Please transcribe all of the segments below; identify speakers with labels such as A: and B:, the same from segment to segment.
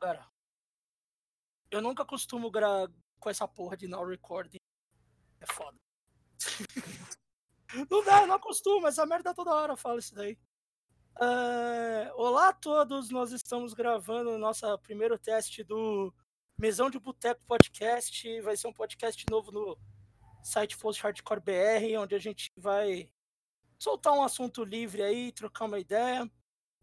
A: cara. Eu nunca costumo gra... com essa porra de now recording. É foda. não dá, não costumo, essa merda toda hora fala isso daí. É, Olá a todos, nós estamos gravando nosso primeiro teste do Mesão de Boteco Podcast. Vai ser um podcast novo no site Post Hardcore BR, onde a gente vai soltar um assunto livre aí, trocar uma ideia.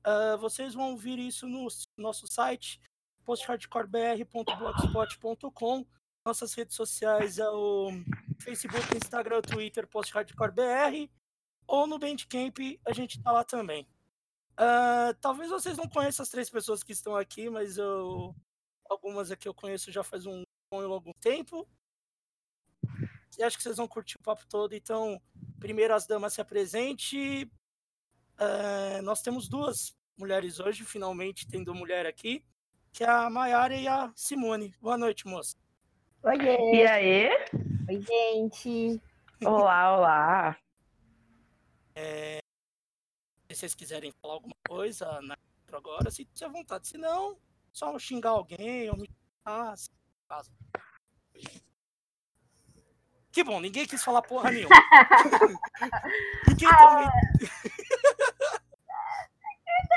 A: Ah, vocês vão ouvir isso no nosso site, posthardcorebr.blogspot.com. Nossas redes sociais é o Facebook, Instagram, Twitter, posthardcorebr. Ou no Bandcamp, a gente tá lá também. Ah, talvez vocês não conheçam as três pessoas que estão aqui, mas eu algumas aqui eu conheço já faz um bom e longo tempo. E acho que vocês vão curtir o papo todo, então, primeiro as damas se apresente. Ah, nós temos duas mulheres hoje, finalmente tendo mulher aqui, que é a Maiara e a Simone. Boa noite, moça.
B: Oiê,
C: E aí?
B: oi, gente.
C: Olá, olá.
A: Se vocês quiserem falar alguma coisa na intro agora, sinta-se à vontade. Se não, só xingar alguém ou me xingar, se for o caso. Que bom, ninguém quis falar porra nenhuma. e quem também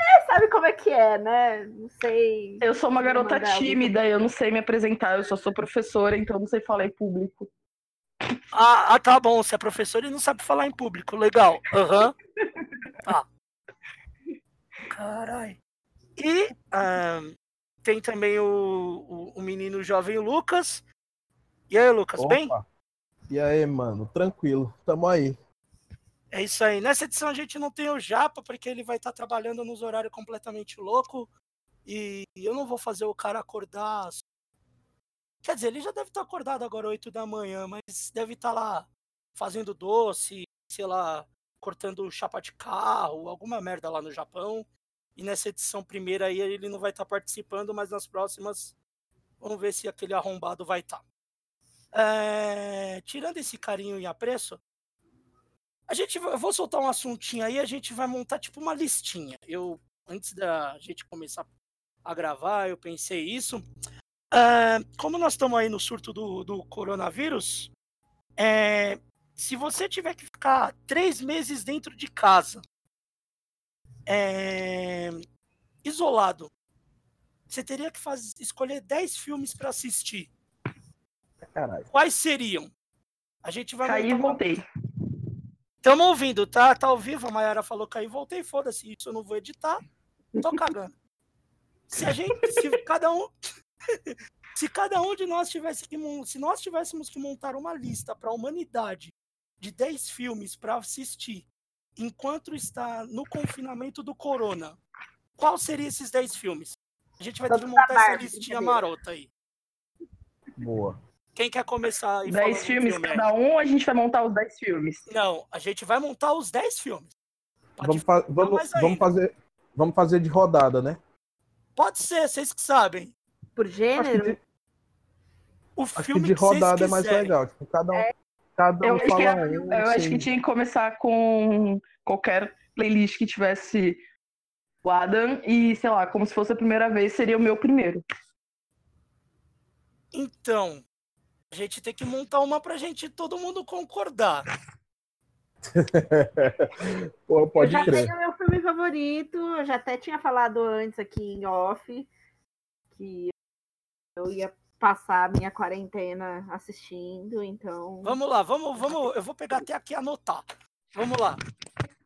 B: É, sabe como é que é, né? Não sei.
C: Eu sou uma garota
B: Mandar algum-
C: tímida, eu não sei me apresentar, eu só sou professora, então não sei falar em público.
A: Ah, ah, tá bom. Você é professor e não sabe falar em público. Legal. Aham. Tá. Caralho. E ahn, tem também o, o, o menino jovem Lucas. E aí, Lucas, Tá bem?
D: Opa. E aí, mano, tranquilo, tamo aí.
A: É isso aí. Nessa edição a gente não tem o Japa, porque ele vai estar trabalhando nos horários completamente louco. E eu não vou fazer o cara acordar. às- Quer dizer, ele já deve estar acordado agora 8 da manhã, mas deve estar lá fazendo doce, sei lá, cortando chapa de carro, alguma merda lá no Japão. E nessa edição primeira aí ele não vai estar participando, mas nas próximas vamos ver se aquele arrombado vai estar. Tirando esse carinho e apreço, a gente vai- eu vou soltar um assuntinho aí, a gente vai montar tipo uma listinha. Eu antes da gente começar a gravar, eu pensei isso. Ah, como nós estamos aí no surto do, do coronavírus, é, se você tiver que ficar três meses dentro de casa, é, isolado, você teria que faz- escolher 10 filmes para assistir.
D: Caralho.
A: Quais seriam? A gente vai
C: Caí e
A: montar uma
C: voltei.
A: Tamo ouvindo, tá? Tá ao vivo, a Mayara falou que aí voltei, foda-se, isso eu não vou editar, tô cagando. Se a gente, se cada um, se cada um de nós tivesse que, mon- se nós tivéssemos que montar uma lista para a humanidade de 10 filmes para assistir enquanto está no confinamento do corona, qual seria esses 10 filmes? A gente vai ter que
B: Todos
A: montar
B: da
A: essa
B: Barbie,
A: listinha
B: brincadeira.
A: marota aí.
D: Boa.
A: Quem quer começar? aí falando
C: 10
A: do
C: filmes
A: filme aí?
C: cada um, a gente vai montar os 10 filmes.
A: Não, a gente vai montar os 10 filmes. Pode
D: Vamos, fa-
A: mais
D: vamos,
A: ainda.
D: vamos fazer vamos fazer de rodada, né?
A: Pode ser, vocês que sabem.
B: Por
D: Acho que
B: gênero?
D: de,
A: O
D: acho que
A: filme
D: de
A: vocês
D: rodada é mais
A: quiserem.
D: legal. Tipo, cada um, cada um
C: É. Eu, acho que, é-
D: fala um.
C: eu acho
D: assim.
C: que tinha que começar com qualquer playlist que tivesse o Adam e, sei lá, como se fosse a primeira vez, seria o meu primeiro.
A: Então, a gente tem que montar uma pra gente todo mundo concordar.
D: Pô, pode
B: eu já
D: crer.
B: tenho meu filme favorito, eu já até tinha falado antes aqui em off que eu ia passar a minha quarentena assistindo, então.
A: Vamos lá, vamos, vamos. Eu vou pegar até aqui e anotar. Vamos lá.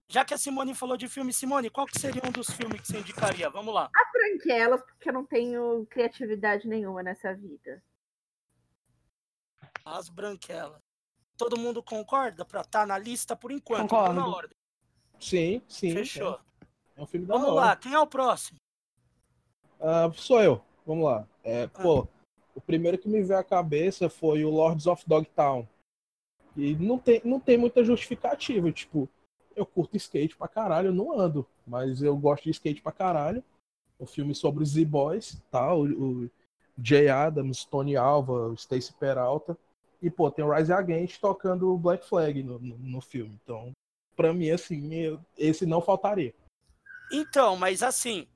A: Já que a Simone falou de filme, Simone, qual que seria um dos filmes que você indicaria? Vamos lá.
B: Branquelas, porque eu não tenho criatividade nenhuma nessa vida.
A: As Branquelas. Todo mundo concorda pra estar na lista por enquanto?
C: Concordo.
A: Tá Na ordem.
D: Sim, sim.
A: Fechou.
D: É um filme da
A: Vamos
D: hora.
A: lá, quem é o próximo?
D: Ah, sou eu. Vamos lá. É, pô, o primeiro que me veio à cabeça foi o Lords of Dogtown. E não tem, não tem muita justificativa. Tipo, eu curto skate pra caralho, eu não ando, mas eu gosto de skate pra caralho. O filme sobre os Z-Boys, tá? O, o Jay Adams, Tony Alva, o Stacy Peralta. E, pô, tem o Rise Against tocando o Black Flag no, no, no filme. Então, pra mim, assim, eu- esse não faltaria.
A: Então, mas assim,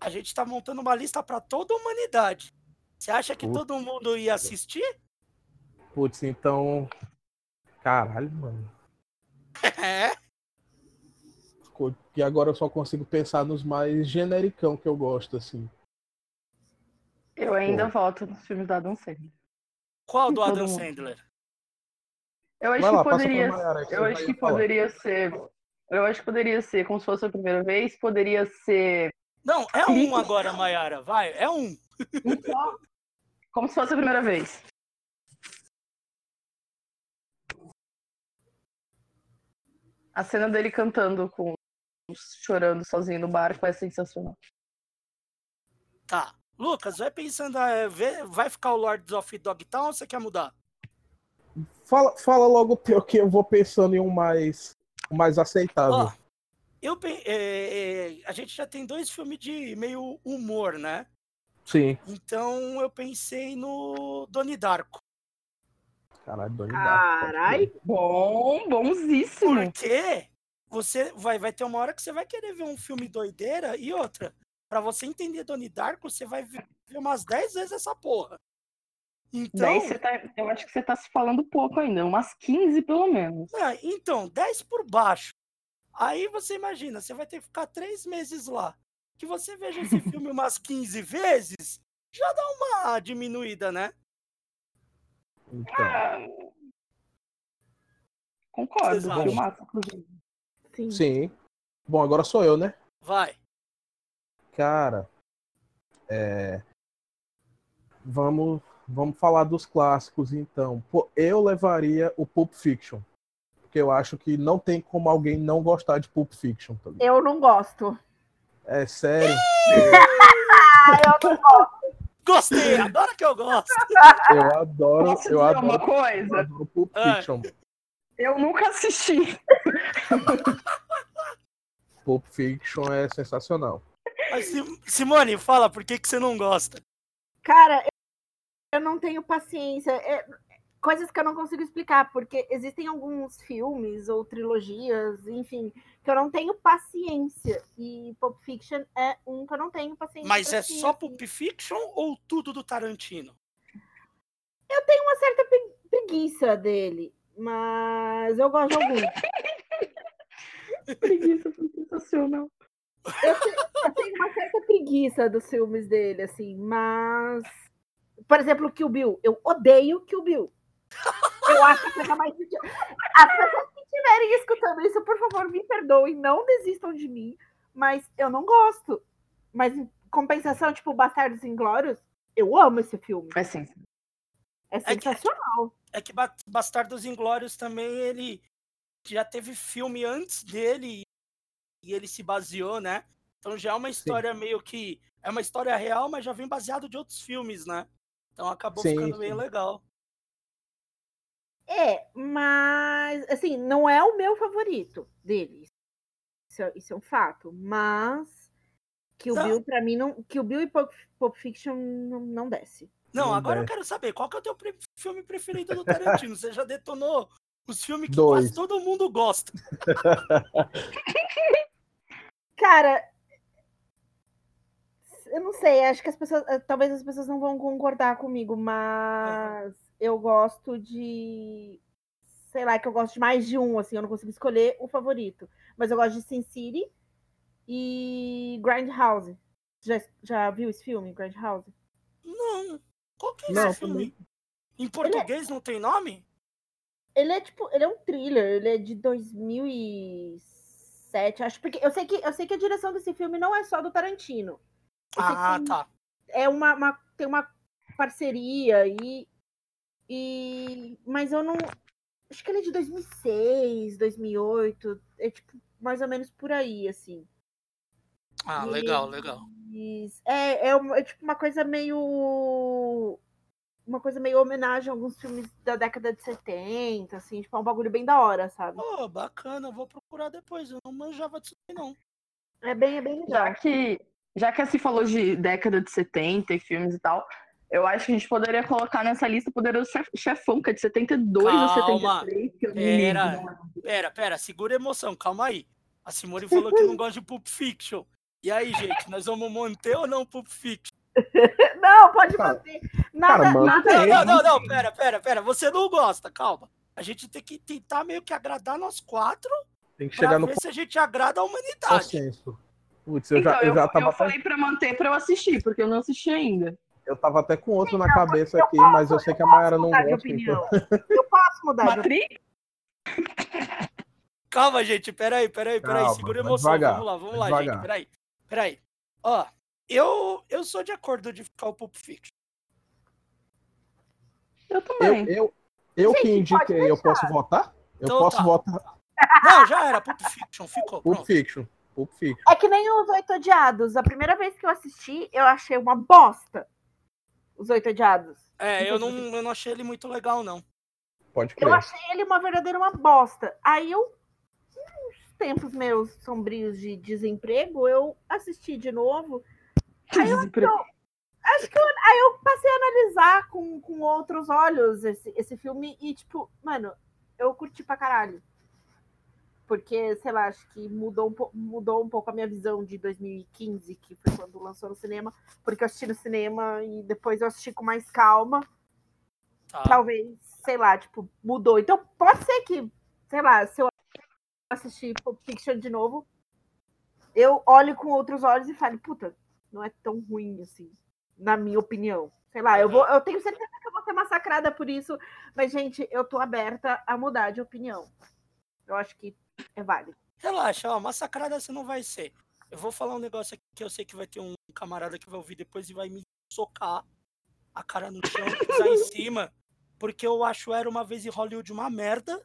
A: A gente tá montando uma lista pra toda a humanidade. Você acha que
D: Puta.
A: todo mundo ia assistir?
D: Putz, então. Caralho, mano.
A: É.
D: Co- E agora eu só consigo pensar nos mais genericão que eu gosto, assim.
C: Eu ainda voto nos filmes da Adam Sandler.
A: Qual do
C: Todo
A: Adam
C: mundo.
A: Sandler?
C: Eu acho
D: Vai lá,
C: que
D: passa pra
C: poderia.
D: Mayara, você
C: Eu acho
D: vai
C: que
D: falar.
C: poderia ser. Eu acho que poderia ser, como se fosse a primeira vez, poderia ser.
A: Não, é um agora, Mayara. Vai, é um.
C: Como se fosse a primeira vez. A cena dele cantando com chorando sozinho no barco é sensacional.
A: Tá. Lucas, vai pensando, é, vê- vai ficar o Lords of Dogtown ou você quer mudar?
D: Fala, fala logo o teu que eu vou pensando em um mais, um mais aceitável.
A: Ó, eu, pe- é, é, a gente já tem dois filmes de meio humor, né?
D: Sim.
A: Então eu pensei no Doni Darko.
D: Caralho, Donnie Darko.
B: Carai,
C: Bom, bonzíssimo. Então.
A: Porque você vai, vai ter uma hora que você vai querer ver um filme doideira e outra. Pra você entender Doni Darko, você vai ver ver umas 10 vezes essa porra. Então,
C: Daí você tá, eu acho que você tá se falando pouco ainda, umas 15 pelo menos.
A: Ah, então, 10 por baixo. Aí você imagina, você vai ter que ficar três meses lá. Que você veja esse filme umas 15 vezes, já dá uma diminuída, né?
D: Então,
C: Ah, Concordo,
A: Exato.
C: filmaço, inclusive.
B: sim.
D: sim. Bom, agora sou eu, né?
A: Vai.
D: Cara, é, vamos, vamos falar dos clássicos então. Pô, eu levaria o Pulp Fiction, porque eu acho que não tem como alguém não gostar de Pulp Fiction. tá ligado?
B: Eu não gosto.
D: É sério,
A: Gostei, agora que eu gosto.
D: eu adoro,
C: Posso
D: eu
B: é
C: dizer uma
D: adoro, eu
C: coisa?
D: adoro Pulp
A: Ah.
D: Fiction.
C: Eu nunca assisti.
D: Pulp Fiction é sensacional.
A: Mas, Sim- Simone, fala por que, que você não gosta.
B: Cara, eu, eu não tenho paciência. É- coisas que eu não consigo explicar, porque existem alguns filmes ou trilogias, enfim, que eu não tenho paciência. E Pulp Fiction é um que eu não tenho paciência.
A: Mas
B: pra
A: é
B: assistir,
A: só
B: assim.
A: Pulp Fiction ou tudo do Tarantino?
B: Eu tenho uma certa pre- preguiça dele, mas eu gosto de alguns.
C: Preguiça, foi sensacional.
B: eu tenho uma certa preguiça dos filmes dele, assim, mas. Por exemplo, Kill Bill. Eu odeio Kill Bill. Eu acho que é mais idiota. As pessoas que estiverem escutando isso, por favor, me perdoem, não desistam de mim, mas eu não gosto. Mas em compensação, tipo, Bastardos Inglórios, eu amo esse filme.
C: Foi assim.
B: É sensacional.
A: É que Ba- Bastardos Inglórios também, ele já teve filme antes dele e ele se baseou, né? Então já é uma história meio que. É uma história real, mas já vem baseado de outros filmes, né? Então acabou
D: Sim,
A: ficando bem
D: sim.
A: legal.
B: É, mas, assim, não é o meu favorito dele. Isso é, isso é um fato. Mas que o
A: Tá.
B: Bill, pra mim, não. Que o Bill e Pulp, Pulp Fiction não, não desce.
A: Não,
D: Não
A: agora eu
D: deve.
A: quero saber, qual que é o teu pre- filme preferido do Tarantino? Você já detonou os filmes que
D: Dois.
A: quase todo mundo gosta.
B: Cara. Eu não sei, acho que as pessoas. eh, Talvez as pessoas não vão concordar comigo, mas eu gosto de. Sei lá, que eu gosto de mais de um, assim, eu não consigo escolher o favorito. Mas eu gosto de Sin City e Grindhouse. Já, já viu esse filme, Grindhouse?
A: Não. Qual que é
D: Não,
A: esse filme? Em português não tem nome?
B: Ele é tipo, ele é um thriller, ele é de 2007, acho, porque eu sei que eu sei que a direção desse filme não é só do Tarantino. Eu sei que
A: Ah,
B: tem-
A: tá.
B: É uma, uma- tem uma parceria aí e mas eu não acho que ele é de 2006, 2008, é tipo mais ou menos por aí assim.
A: Ah,
B: E-
A: legal, legal.
B: Mas É, é, uma- é tipo uma coisa meio uma coisa meio homenagem a alguns filmes da década de 70, assim, tipo, é um bagulho bem da hora, sabe?
A: Pô, bacana, eu vou procurar depois. Eu não manjava disso aí, não.
B: É bem, é bem legal.
C: Já que, já que se falou de década de 70 e filmes e tal, eu acho que a gente poderia colocar nessa lista Poderoso Chef- Chefão, que é de 72 ou
A: Calma.
C: 73. Que eu me
A: Pera.
C: lembro.
A: Pera, pera, segura a emoção, calma aí. A Simone falou que não gosta de Pulp Fiction. E aí, gente, nós vamos manter ou não o Pulp Fiction?
B: Não, pode
D: Cara,
B: manter. Nada,
E: cara, mano,
D: É,
B: nada.
A: Não, não, não, não, pera, pera, pera. Você não gosta, calma. A gente tem que tentar meio que agradar nós quatro
D: Tem que
A: pra
D: chegar no
A: ver se a gente agrada a humanidade.
D: consenso. Putz, eu,
C: Então,
D: já, eu, já tava
C: eu
D: até,
C: falei pra manter pra eu assistir, porque eu não assisti ainda.
D: eu tava até com outro na cabeça
B: eu
D: aqui,
B: posso-
D: mas eu sei que a
B: posso
D: Mayara não
B: mudar de
D: gosta. então-
B: opinião. Eu posso mudar de opinião.
C: Matrix?
A: Calma, gente, peraí, peraí, peraí.
D: Calma,
A: Segura a
D: vai
A: emoção.
D: devagar,
A: vamos lá, vamos lá,
D: vai
A: gente.
D: devagar.
A: Peraí, peraí. Ó, eu, eu sou de acordo de ficar o Pulp Fiction.
C: Eu
D: Eu,
C: também.
D: eu, eu
B: Gente,
D: que
B: pode
D: indiquei, eu
B: deixar.
D: posso votar? Eu
A: Então
D: posso
A: tá.
D: votar
A: Não, já era, Pulp Fiction, ficou.
D: Pulp
A: Pronto.
D: Fiction. Pulp Fiction.
B: É que nem os Oito Odiados. A primeira vez que eu assisti, eu achei uma bosta. Os Oito Odiados.
A: É, eu não, eu não achei ele muito legal, não.
D: Pode
B: Eu
D: crer.
B: achei ele uma verdadeira uma bosta. Aí eu, uns tempos meus sombrios de desemprego, eu assisti de novo.
C: Desempre-
B: Acho que eu, aí eu passei a analisar com, com outros olhos esse, esse filme e, tipo, mano, eu curti pra caralho. Porque, sei lá, acho que mudou um, po- mudou um pouco a minha visão de 2015, que foi quando lançou no cinema, porque eu assisti no cinema e depois eu assisti com mais calma
A: Tá.
B: talvez, sei lá, tipo, mudou. Então pode ser que, sei lá, se eu assistir Pulp Fiction de novo, eu olho com outros olhos e falo, puta, não é tão ruim assim, na minha opinião. Sei lá, eu, vou, eu tenho certeza que eu vou ser massacrada por isso, mas, gente, eu tô aberta a mudar de opinião. Eu acho que é válido.
A: Relaxa, ó, massacrada você não vai ser. Eu vou falar um negócio aqui que eu sei que vai ter um camarada que vai ouvir depois e vai me socar a cara no chão, pisar em cima, porque eu acho Era Uma Vez em Hollywood uma merda.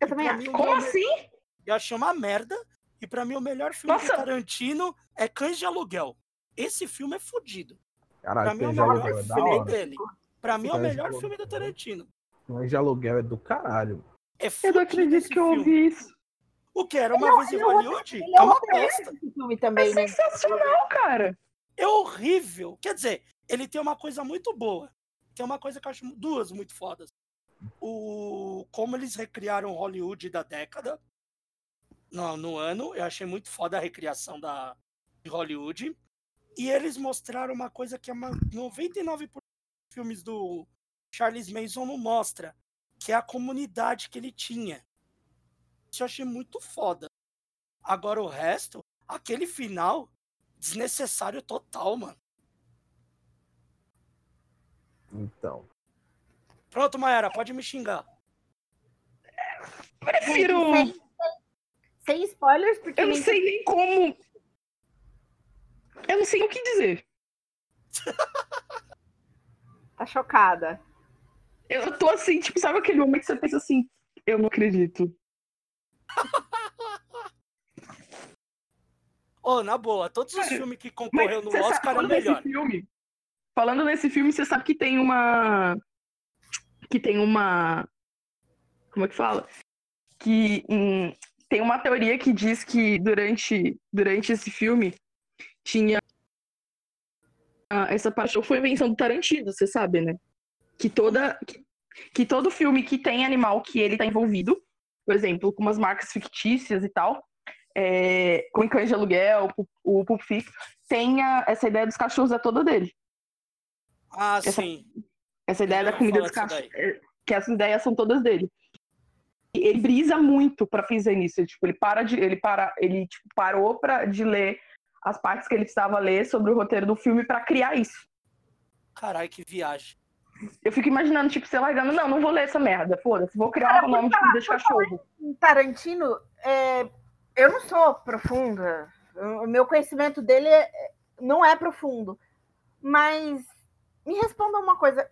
B: Eu também
A: Pra
B: acho. é
A: mim, o
C: Como
A: meu-
C: assim?
A: Eu achei uma merda. E pra mim, o melhor filme do
C: Nossa.
A: Tarantino é Cães de Aluguel. Esse filme é fodido. Pra
D: Caralho,
A: mim, é
D: tem
A: o
D: de
A: melhor
D: aluguel, é da
A: filme
D: hora.
A: dele. Pra mim, é o
D: Cães de
A: melhor
D: Aluguel.
A: filme do Tarantino.
D: Mas de aluguel é do caralho.
A: É
C: Eu
A: fudido
C: não acredito
A: esse
C: que eu
A: filme.
C: ouvi isso.
A: O que era uma
B: Ele é-
A: vez em
B: ele é outro-
A: Hollywood?
B: ele é
A: É uma
B: outro-
A: bosta.
B: Esse filme
C: É
B: também, né?
C: sensacional, cara.
A: é horrível. Quer dizer, ele tem uma coisa muito boa. Tem uma coisa que eu acho duas muito fodas. O como eles recriaram Hollywood da década no, no ano, eu achei muito foda a recriação da de Hollywood. E eles mostraram uma coisa que a ma- 99% dos filmes do Charles Manson não mostra, que é a comunidade que ele tinha. Isso eu achei muito foda. Agora o resto, aquele final, desnecessário total, mano.
D: Então.
A: Pronto, Mayara, pode me xingar.
C: Prefiro.
B: Sem, sem spoilers, porque
C: Eu não
B: ninguém-
C: sei nem como. Eu não sei o que dizer.
B: tá chocada.
C: Eu tô assim, tipo, sabe aquele momento que você pensa assim, eu não acredito.
A: Ô, na boa, todos os
C: Cara,
A: filmes que
C: Mas
A: concorreu no
C: você sabe,
A: Oscar é
C: falando
A: melhor.
C: desse filme, falando nesse filme, você sabe que tem uma. Que tem uma. Como é que fala? Que hum, tem uma teoria que diz que durante, durante esse filme tinha. ah, essa paixão foi invenção do Tarantino, você sabe, né? Que toda. Que, que todo filme que tem animal que ele tá envolvido, por exemplo, com umas marcas fictícias e tal, é, com cães de aluguel, o, o Pulp Fiction, tenha essa ideia dos cachorros é toda dele.
A: Ah,
C: Essa-
A: sim.
C: Essa ideia
A: Ele
C: da
A: vai
C: comida
A: falar
C: dos
A: disso
C: cachorros, é, que essas ideias são todas dele. E ele brisa muito pra fazer isso, tipo, ele para de ele para ele tipo, parou para de ler as partes que ele precisava ler sobre o roteiro do filme pra criar isso.
A: Caralho, que viagem.
C: Eu fico imaginando tipo, você largando, não, não vou ler essa merda, foda-se, vou criar
B: Cara,
C: um nome de comida de cachorro.
B: em Tarantino, é, eu não sou profunda. O meu conhecimento dele é- não é profundo. Mas me responda uma coisa.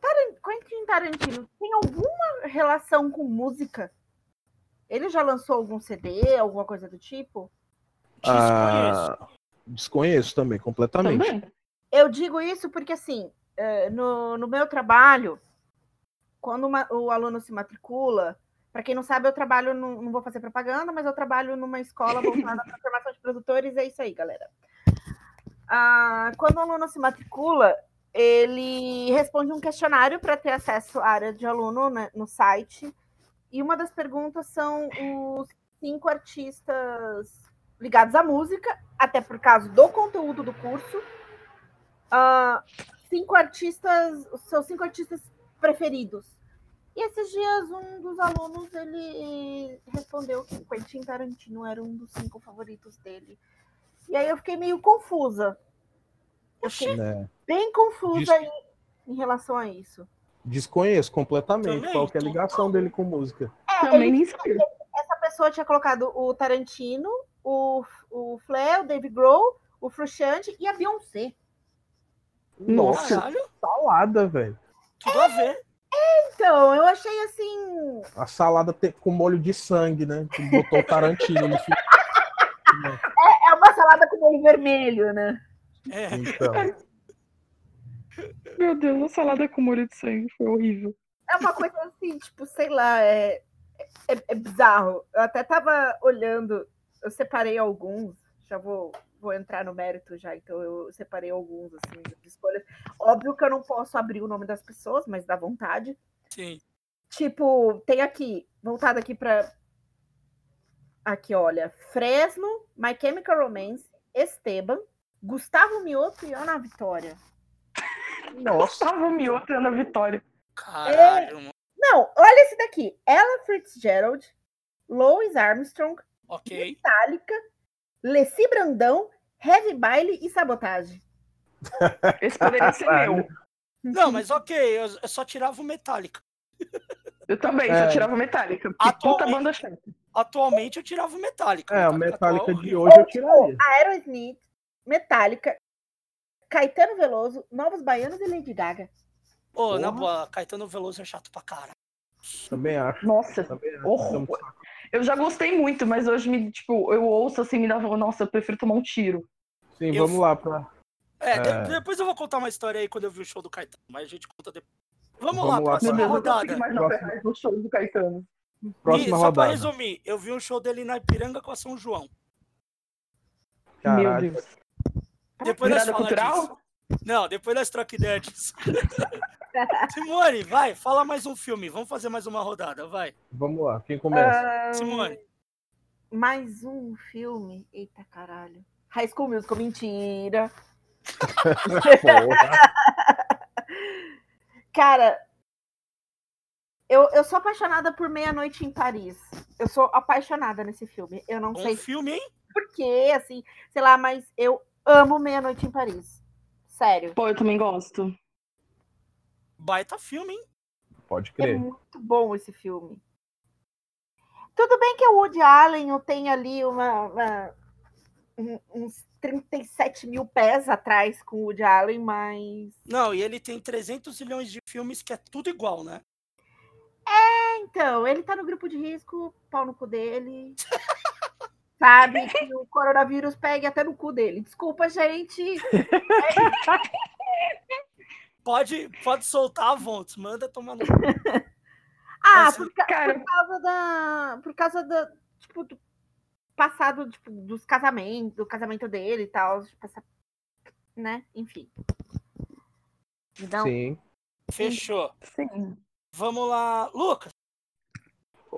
B: Taran- Quentin Tarantino tem alguma relação com música? Ele já lançou algum CD, alguma coisa do tipo?
A: Desconheço.
D: Ah, desconheço também, completamente.
C: Também.
B: Eu digo isso porque, assim, eh, no, no meu trabalho, quando uma- o aluno se matricula, para quem não sabe, eu trabalho, num- não vou fazer propaganda, mas eu trabalho numa escola voltada para formação de produtores, é isso aí, galera. Ah, quando o aluno se matricula, ele responde um questionário para ter acesso à área de aluno né, no site, e uma das perguntas são os cinco artistas ligados à música, até por causa do conteúdo do curso. Ah, cinco artistas, os seus cinco artistas preferidos. E esses dias um dos alunos ele respondeu que o Quentin Tarantino era um dos cinco favoritos dele. E aí eu fiquei meio confusa. Eu fiquei
D: Né?
B: bem confusa em, em relação a isso.
D: Desconheço completamente
A: Também, então tá
D: qual que é a
A: total.
D: ligação dele com música.
C: Também nem sabia.
B: Essa pessoa tinha colocado o Tarantino, o, o Flair, o Dave Grohl, o Frusciante e a Beyoncé.
C: Nossa.
A: Caralho,
D: salada, velho.
A: tudo a ver.
B: Então, eu achei assim.
D: A salada te- com molho de sangue, né? Que botou o Tarantino no filme.
B: É uma salada com molho vermelho, né?
A: É,
D: Então,
C: Meu Deus, a salada com molho de sangue foi horrível.
B: É uma coisa assim, tipo, sei lá, é, é, é bizarro. Eu até tava olhando, eu separei alguns, já vou, vou entrar no mérito já, então eu separei alguns, assim, de escolhas. Óbvio que eu não posso abrir o nome das pessoas, mas dá vontade.
A: sim.
B: Tipo, tem aqui, voltado aqui pra. Aqui, olha. Fresno, My Chemical Romance, Esteban, Gustavo Mioto e Ana Vitória.
D: nossa,
C: Gustavo Mioto e Ana Vitória.
A: Caralho, mano.
B: Não, olha esse daqui. Ella Fitzgerald, Louis Armstrong,
A: Ok.
C: É.
B: Metallica, Leci Brandão, Heavy Baile e Sabotage.
C: Esse poderia ser meu.
A: Não, mas ok, eu, eu só tirava o Metallica.
C: Eu também,
D: É.
C: só tirava Metallica. Que puta
A: Atualmente-
C: banda chata.
A: Atualmente eu tirava o Metallica.
D: é, o
A: atual
D: Metallica
A: é
D: de
A: horrível.
D: hoje eu tiraria.
B: Aerosmith, Metallica, Caetano Veloso, Novos Baianos e Lady Gaga.
A: Pô, na
D: Porra.
A: boa, Caetano Veloso é chato pra caralho.
D: Também acho,
C: Nossa,
D: também acho.
C: Horror.
D: Estamos-
C: eu já gostei muito, mas hoje me, tipo, eu ouço assim, me dá, nossa, eu prefiro tomar um tiro.
D: Sim,
A: Eu-
D: vamos lá pra.
A: É, de-
D: É.
A: depois eu vou contar uma história aí quando eu vi o show do Caetano, mas a gente conta depois. Vamos,
D: Vamos
A: lá,
D: lá,
A: próxima
D: Meu Deus, eu
A: rodada.
C: mais
D: Próxima.
C: no show do Caetano.
D: Próxima
A: e, só pra
D: rodada.
A: resumir, eu vi um show dele na Ipiranga com a São João.
C: Meu
D: Caralho.
C: Deus.
A: Depois nós
C: Virada
A: fala
C: cultural?
A: disso. Não, depois nós troca ideia disso. Simone, vai, fala mais um filme. Vamos fazer mais uma rodada, vai.
D: Vamos lá, quem
B: Ah.
D: começa?
B: Hum,
A: Simone.
B: Mais um filme. Eita caralho. High School Musical, mentira.
D: Porra.
B: Cara, eu, eu sou apaixonada por Meia Noite em Paris. Eu sou apaixonada nesse filme. Eu não
A: Bom
B: sei
A: um filme, hein?
B: porquê, assim, sei lá, mas eu amo Meia Noite em Paris. Sério.
C: Pô, eu também gosto.
A: Baita filme, hein?
D: Pode
B: É
D: crer.
B: muito bom esse filme. Tudo bem que o Woody Allen eu tenho ali uma, uma- um- uns 37 mil pés atrás com o Woody Allen, mas
A: Não, e ele tem 300 milhões de filmes que é tudo igual, né?
B: Então, ele tá no grupo de risco, pau no cu dele. Sabe que o coronavírus pegue até no cu dele. Desculpa, gente.
A: Pode, pode soltar, Vontos. Manda tomar no.
B: Ah,
A: Nossa,
B: por, ca-
C: cara.
B: por causa da. Por causa da. Tipo, do passado, tipo, dos casamentos, do casamento dele e tal. Tipo, essa- né? Enfim. Então,
D: Sim.
A: Fechou.
C: Sim.
A: Vamos lá. Lucas,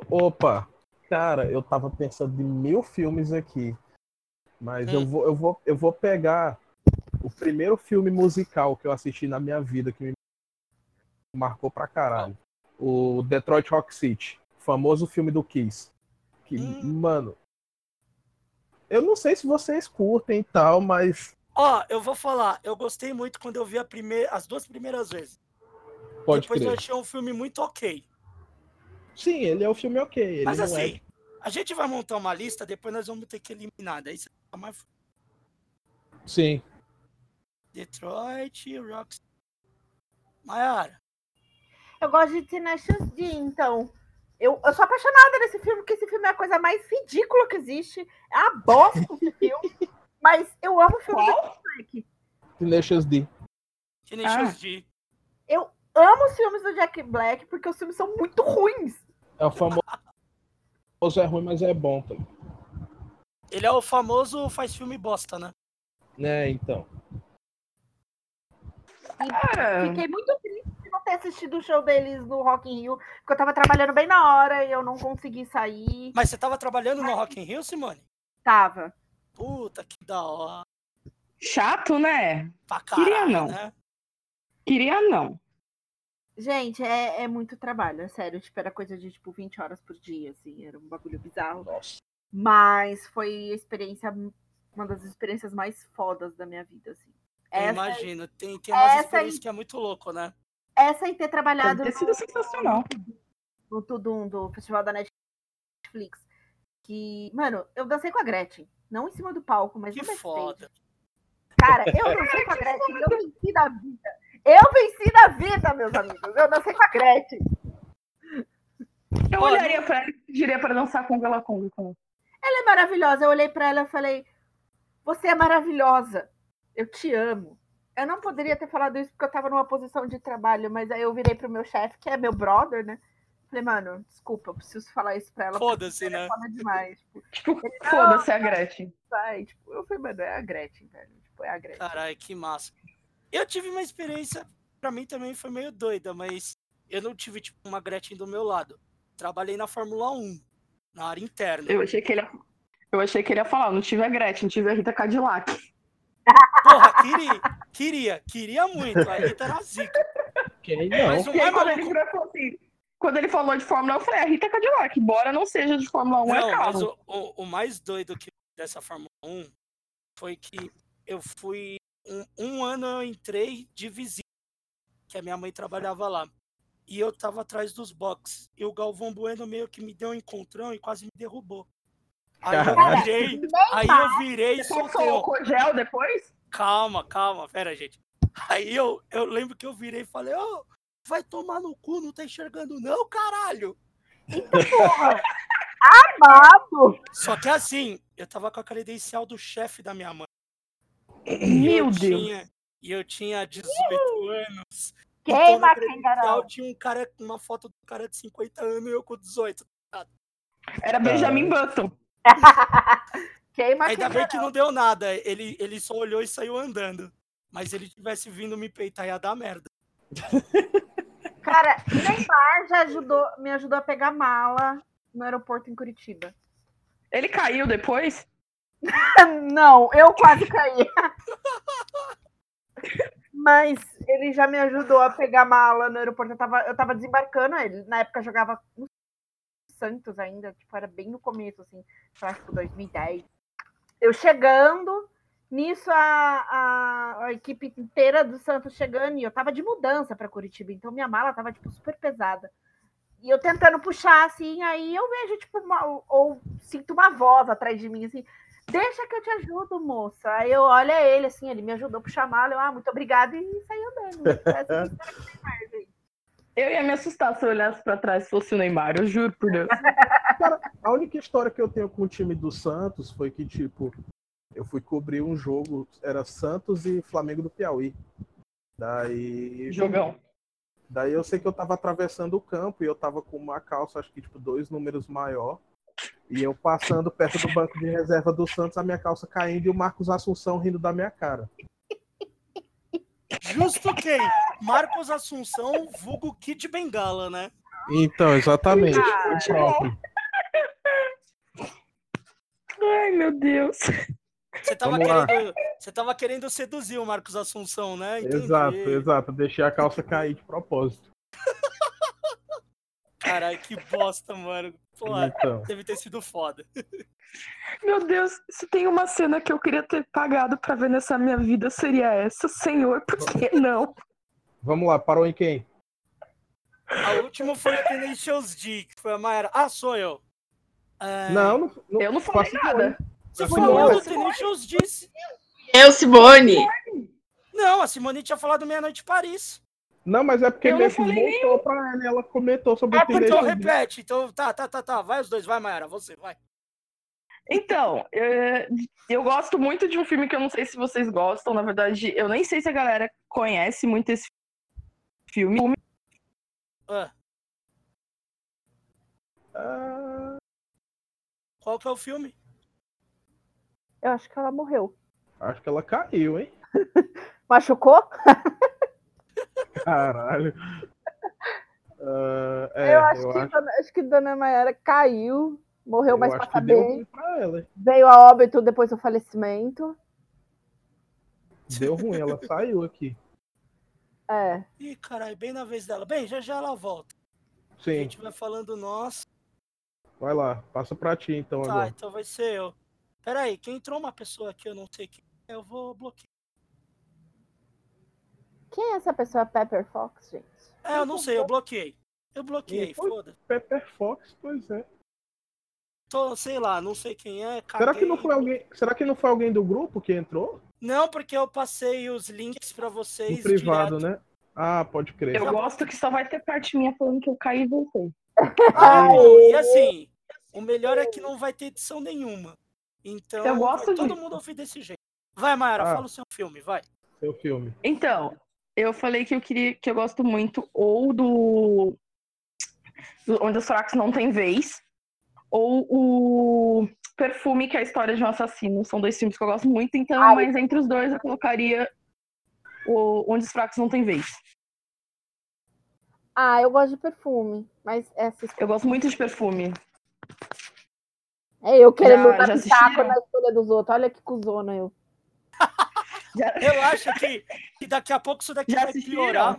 D: Opa, cara, eu tava pensando em mil filmes aqui, mas eu
A: Hum.
D: vou, eu vou, eu vou pegar o primeiro filme musical que eu assisti na minha vida que me marcou pra caralho. O Detroit Rock City, famoso filme do Kiss. Que,
A: Hum.
D: mano, eu não sei se vocês curtem e tal, mas
A: ó, eu vou falar. Eu gostei muito quando eu vi a primeira, as duas primeiras vezes.
D: pode
A: Depois eu
D: crer.
A: achei um filme muito ok.
D: Sim, ele é um filme ok, ele
A: Mas
D: não é-
A: assim, a gente vai montar uma lista, depois nós vamos ter que eliminar. Daí você fica mais. f-
D: Sim.
A: Detroit, Rock. Maiara.
B: eu gosto de Tenacious D, então. Eu, eu sou apaixonada nesse filme, porque esse filme é a coisa mais ridícula que existe. É uma bosta esse filme. Mas eu amo o filme do Jack.
D: Tenacious D.
A: Tenacious
C: Ah.
A: D.
B: amo os filmes do Jack Black porque os filmes são muito ruins.
D: É o famoso é ruim, mas é bom, tá?
A: Ele é o famoso faz filme bosta, né?
D: né? Então.
C: Cara,
B: Fiquei muito triste de não ter assistido o show deles no Rock in Rio, porque eu tava trabalhando bem na hora e eu não consegui sair.
A: Mas você tava trabalhando no Rock in Rio, Simone?
B: Tava.
A: Puta, que da hora.
C: Chato, né?
A: Pra caralho,
C: Queria não.
A: né?
C: Queria não.
B: Gente, é, é muito trabalho, é sério. Tipo, era coisa de tipo 20 horas por dia, assim, era um bagulho bizarro.
D: Nossa.
B: Mas foi a experiência, uma das experiências mais fodas da minha vida, assim.
A: Eu
B: Essa,
A: imagino. Tem, tem umas
B: essa
A: experiências que é muito louco, né?
B: essa e ter
C: Deve
B: trabalhado
C: ter sido
A: assim.
C: sensacional.
B: no Tudum do Festival da Netflix. Que, mano, eu dancei com a Gretchen. Não em cima do palco,
C: é
B: mas
A: Que
B: no backstage.
A: foda.
C: assim.
B: Cara, eu dancei com a Gretchen, eu venci na vida. Eu venci na vida, meus amigos. Eu dancei com a Gretchen.
C: Eu
A: Olha.
C: olharia pra ela e pediria pra dançar com ela com com-
B: Ela é maravilhosa. Eu olhei pra ela e falei: Você é maravilhosa. Eu te amo. Eu não poderia ter falado isso porque eu tava numa posição de trabalho, mas aí eu virei pro meu chefe, que é meu brother, né? Falei, mano, desculpa, eu preciso falar isso pra ela. porque
A: Foda-se, né?
B: é foda demais. Tipo,
C: Tipo, foda-se a Gretchen.
B: vai. Tipo, eu falei, mano, é a Gretchen, velho. Tipo, é a Gretchen.
A: Caralho, que massa. Eu tive uma experiência, pra mim também foi meio doida, mas eu não tive, tipo, uma Gretchen do meu lado. Trabalhei na Fórmula 1, na área interna.
C: Eu achei que ele ia... Eu achei que ele ia falar, não tive a Gretchen, tive a Rita Cadillac.
A: Porra, queria, queria, queria muito. Aí tá na zica.
D: Quem
A: Mas
D: não?
A: o
C: E aí,
A: mais
C: quando ele,
A: é maluco.
C: virou e falou assim- quando ele falou de Fórmula 1, eu falei, é Rita Cadillac, embora não seja de Fórmula 1,
A: Não,
C: é
A: mas
C: carro.
A: o, o- o mais doido que dessa Fórmula 1 foi que eu fui. Um, um ano eu entrei de visita, que a minha mãe trabalhava lá. E eu tava atrás dos boxes. E o Galvão Bueno meio que me deu um encontrão e quase me derrubou. Aí eu
D: Caraca.
A: virei, aí eu virei e
C: Você
A: soltei. um,
C: colocou gel depois?
A: Calma, calma, pera, gente. Aí eu, eu lembro que eu virei e falei, ô, vai tomar no cu, não tá enxergando não, caralho.
B: Porra! Amado!
A: Só que assim, eu tava com a credencial do chefe da minha mãe. E eu
C: Meu Deus.
A: tinha- E eu tinha 18 anos. Então, na
B: Queima quem
A: credencial
B: garante.
A: tinha um cara, uma foto do cara de 50 anos e eu com 18.
C: Era Benjamin Button.
B: Queima quem
A: Ainda bem
B: garante.
A: que não deu nada. Ele, ele só olhou e saiu andando. Mas se ele tivesse vindo me peitar, ia dar merda.
B: Cara, Neymar já ajudou, me ajudou a pegar mala no aeroporto em Curitiba.
C: Ele caiu depois?
B: Não, eu quase caí. Mas ele já me ajudou a pegar mala no aeroporto. Eu tava, eu tava desembarcando ele. Na época eu jogava no Santos ainda, tipo, era bem no começo, assim, sei lá, tipo 2010. Eu chegando, nisso a, a, a equipe inteira do Santos chegando, e eu tava de mudança pra Curitiba, então minha mala tava, tipo, super pesada. E eu tentando puxar, assim, aí eu vejo, tipo, uma- ou sinto uma voz atrás de mim, assim, Deixa que eu te ajudo, moça. Aí eu olho a ele, assim, ele me ajudou pro chamá-lo. Eu, ah, muito obrigada, e saí andando. Essa que
C: Eu ia me assustar se eu olhasse pra trás se fosse o Neymar, eu juro por Deus.
D: A única história que eu tenho com o time do Santos foi que, tipo, eu fui cobrir um jogo, era Santos e Flamengo do Piauí. Daí.
C: Jogão.
D: Daí eu sei que eu tava atravessando o campo e eu tava com uma calça, acho que tipo dois números maior. E eu passando perto do banco de reserva do Santos, a minha calça caindo e o Marcos Assunção rindo da minha cara.
A: Justo quem? Marcos Assunção, vulgo Kid Bengala, né?
D: Então, exatamente.
B: Cara.
D: o próprio.
C: Ai, meu Deus.
A: Você tava,
D: Vamos lá.
A: querendo, você tava querendo seduzir o Marcos Assunção, né? Entendi.
D: Exato, exato. Eu Deixei a calça cair de propósito.
A: Caralho, que bosta, mano. Pô,
D: Então.
A: deve ter sido foda.
C: Meu Deus, se tem uma cena que eu queria ter pagado pra ver nessa minha vida, seria essa. Senhor, por que não?
D: Vamos lá, parou em quem?
A: A última foi o Tenacious D, que foi a Mayara. Ah, sou eu. É,
D: Não, não, não
C: Eu não falei
D: faço
C: nada.
A: Você
D: Simone.
A: falou do
D: Simone.
A: Tenacious D.
E: Eu, Simone.
A: Não, a Simone tinha falado Meia Noite em Paris.
D: Não, mas é porque
C: Eu não
D: meio que
C: falei
D: voltou pra ela e ela comentou sobre
B: É
D: o
B: porque eu
A: Então
D: Tenacious D.
A: repete. Então tá, tá, tá, tá. Vai os dois, vai, Mayara, você, vai.
C: Então, é, eu gosto muito de um filme que eu não sei se vocês gostam. Na verdade, eu nem sei se a galera conhece muito esse filme.
A: Ah,
D: Ah,
A: qual que é o filme?
B: Eu acho que ela morreu.
D: acho que ela caiu, hein?
B: Machucou?
D: Caralho. é, Ah, é,
B: eu acho,
D: eu
B: que, Dona, acho que Dona Mayara caiu Morreu, mas
D: eu acho
B: passa
D: que deu um-
B: bem.
D: ruim pra ela. hein?
B: Veio a óbito depois do falecimento.
D: Deu ruim, ela saiu aqui.
B: É.
A: Ih, caralho, bem na vez dela. Bem, já já ela volta. A
D: Sim,
A: gente vai falando nós.
D: vai lá. Passa pra ti então
A: Tá,
D: agora.
A: então vai ser eu. Peraí, que entrou uma pessoa aqui, eu não sei quem. é, Eu vou bloquear.
B: Quem é essa pessoa Pepper Fox, gente?
A: É, eu não sei, eu bloqueei. Eu bloqueei,
D: Quem foi?
A: foda.
D: Pepper Fox, pois é.
A: Tô, sei lá, não sei quem é.
D: Será que,
A: caguei.
D: não foi alguém, será que não foi alguém do grupo que entrou?
A: Não, porque eu passei os links pra vocês.
D: No privado, né? Ah, pode crer.
C: Eu gosto que só vai ter parte minha falando que eu caí e voltei.
A: Ah,
B: Ai.
A: pô, e assim, o melhor é que não vai ter edição nenhuma. Então,
C: Eu gosto
A: vai todo
C: disso.
A: mundo ouvir desse jeito. Vai, Mayara,
D: Ah.
A: fala o seu filme, vai.
D: Seu filme.
C: Então, eu falei que eu queria que eu gosto muito ou do, do Onde os Fracos Não Tem Vez, ou o Perfume, que é a história de um assassino. São dois filmes que eu gosto muito, então,
B: Ai.
C: mas entre os dois eu colocaria o Onde os Fracos Não Tem Vez.
B: Ah, eu gosto de perfume, mas essa
C: Eu gosto muito de perfume.
B: É eu querendo
C: Ah, Já- já
B: dar pitaco
C: assistiram?
B: na escolha dos outros. Olha que cuzona eu.
A: Relaxa que, que daqui a pouco isso daqui
C: Já
A: vai
C: assistiram?
A: piorar.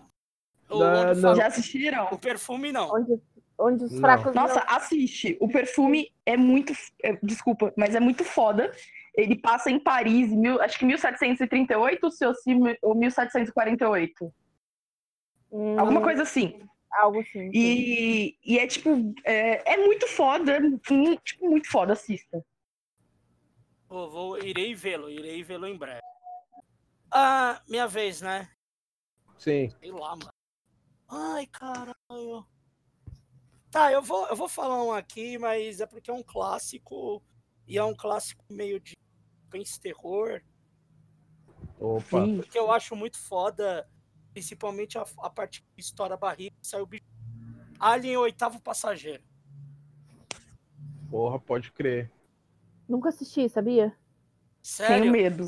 A: O,
D: Não,
A: Lando
D: não.
A: falou,
C: Já assistiram?
A: o perfume não.
B: Onde, onde os
D: Não.
B: fracos. não-
C: Nossa, assiste. O perfume é muito. é, desculpa, mas é muito foda. Ele passa em Paris, mil- acho que 1738 se eu se- ou 1748.
B: Hum,
A: Uhum.
C: Alguma coisa assim.
B: Algo assim. sim.
C: E, e é tipo. É, é muito foda. é mu- tipo, muito foda, assista.
A: Vou, vou- irei vê-lo, irei vê-lo em breve. Ah, minha vez, né?
D: Sim.
A: Sei lá, mano. Ai, caralho. Tá, eu vou, eu vou falar um aqui, mas é porque é um clássico. E é um clássico meio de suspense terror.
D: Opa.
C: Sim.
A: Porque eu acho muito foda, principalmente a, a parte que estoura a barriga e sai o bicho. Alien oitavo passageiro.
D: Porra, pode crer.
B: Nunca assisti, sabia?
A: Sério?
D: um
C: Tenho medo.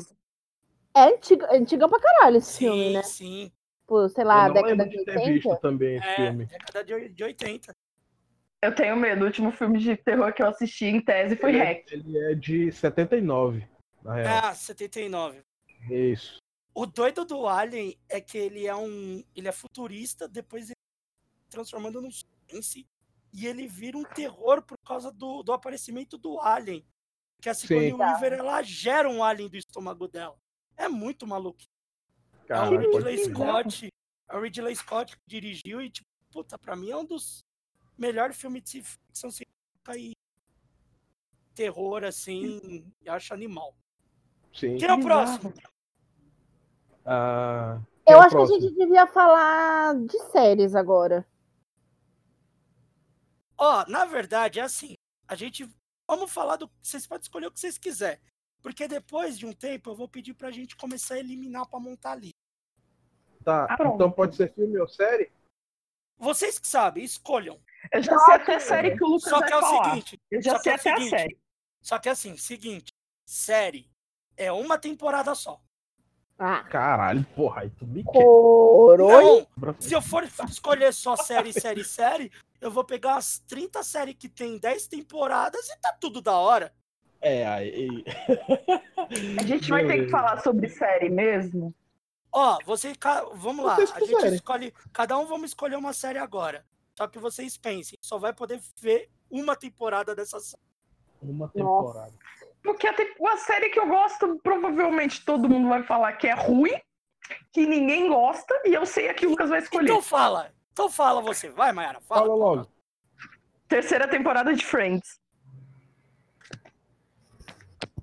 B: É antigo, é antigão pra caralho esse filme,
A: sim,
B: né?
A: sim.
B: Tipo, sei lá,
D: eu não
B: década
D: lembro
B: de
D: de ter
B: 80.
D: visto também esse
A: É,
D: filme.
A: década de, de 80.
C: Eu tenho medo. O último filme de terror que eu assisti em tese foi
D: Ele,
C: Hack.
D: é- ele é de 79, na real. É
A: Ah, 79.
C: Ah.
D: Isso.
A: O doido do Alien é que ele é um. Ele é futurista, depois ele transformando num suspense. E ele vira um terror por causa do, do aparecimento do Alien. Que a Sigourney
D: Sim.
B: Tá.
A: Weaver, ela gera um Alien do estômago dela. É muito maluco. é o
D: Caralho, pode
A: Ridley
D: crer.
A: Scott. É o Ridley Scott que dirigiu e, tipo, puta, pra mim é um dos melhores filmes de ficção científica e terror, assim. Eu acho animal.
D: Sim.
A: Quem é o próximo?
D: Ah, quem é
B: Eu
D: o
B: acho que a
D: próximo?
B: gente devia falar de séries agora.
A: Ó, na verdade, é assim. A gente. Vamos falar do. Vocês podem escolher o que vocês quiserem. Porque depois de um tempo eu vou pedir pra gente começar a eliminar pra montar ali.
D: Tá,
C: Ah, pronto.
D: então pode ser filme ou série?
A: Vocês que sabem, escolham.
C: Eu já sei até a série que o Lucas
A: Só
C: vai
A: que é o
C: falar.
A: seguinte.
C: eu já
A: só que
C: sei
A: é o
C: até
A: seguinte.
C: a série.
A: Só que assim, seguinte, série é uma temporada só.
B: Ah,
D: Caralho, porra, aí tu me
B: coroa.
A: Então,
D: quebra.
A: se eu for escolher só série, série, série, eu vou pegar as 30 séries que tem 10 temporadas e tá tudo da hora.
D: É, aí.
C: A gente vai ter que
D: Beleza.
C: falar sobre série mesmo.
A: Ó, você. ca- Vamos lá.
D: Vocês
A: A gente
D: quiserem.
A: escolhe. Cada um vamos escolher uma série agora. Só que vocês pensem, só vai poder ver uma temporada dessa série.
D: Uma temporada.
C: Porque a te- uma série que eu gosto, provavelmente todo mundo vai falar que é ruim, que ninguém gosta, e eu sei a que o Lucas vai escolher.
A: Então fala. Então fala você. Vai, Mayara, fala.
D: Fala logo.
C: Terceira temporada de Friends.
D: É,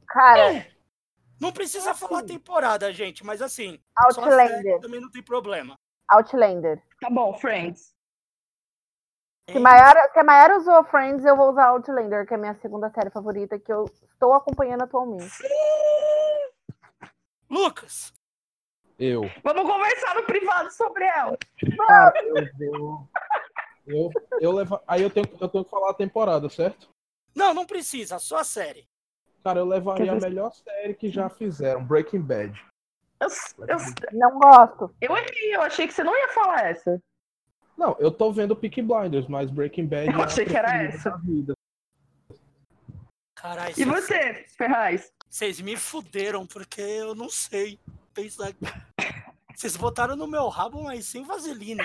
B: Cara,
A: Não precisa falar temporada, gente, mas assim. só a série
B: Outlander.
A: também não tem problema.
B: Outlander.
C: Tá bom, Friends.
D: É.
B: Se Maiara, se a Maiara usou Friends, eu vou usar Outlander, que é a minha segunda série favorita, que eu estou acompanhando atualmente.
A: Lucas,
D: Eu.
C: Vamos conversar no privado sobre ela.
D: Cara, eu vou. Eu, eu levo... Aí eu tenho, eu tenho que falar a temporada, certo?
A: não, não precisa, só a série.
D: Cara, eu levaria a
C: Quer ver-
D: melhor série que já fizeram, Breaking Bad.
C: Eu, eu,
B: Não gosto.
C: eu errei, eu achei que você não ia falar essa.
D: Não, eu tô vendo Peaky Blinders, mas Breaking Bad.
C: Eu
D: é a
C: achei que era
D: preferida
C: essa.
D: da vida.
A: Caralho,
C: E
A: vocês-
C: você, Ferraz?
A: vocês me fuderam, porque eu não sei pensar. Vocês botaram no meu rabo, mas sem vaselina.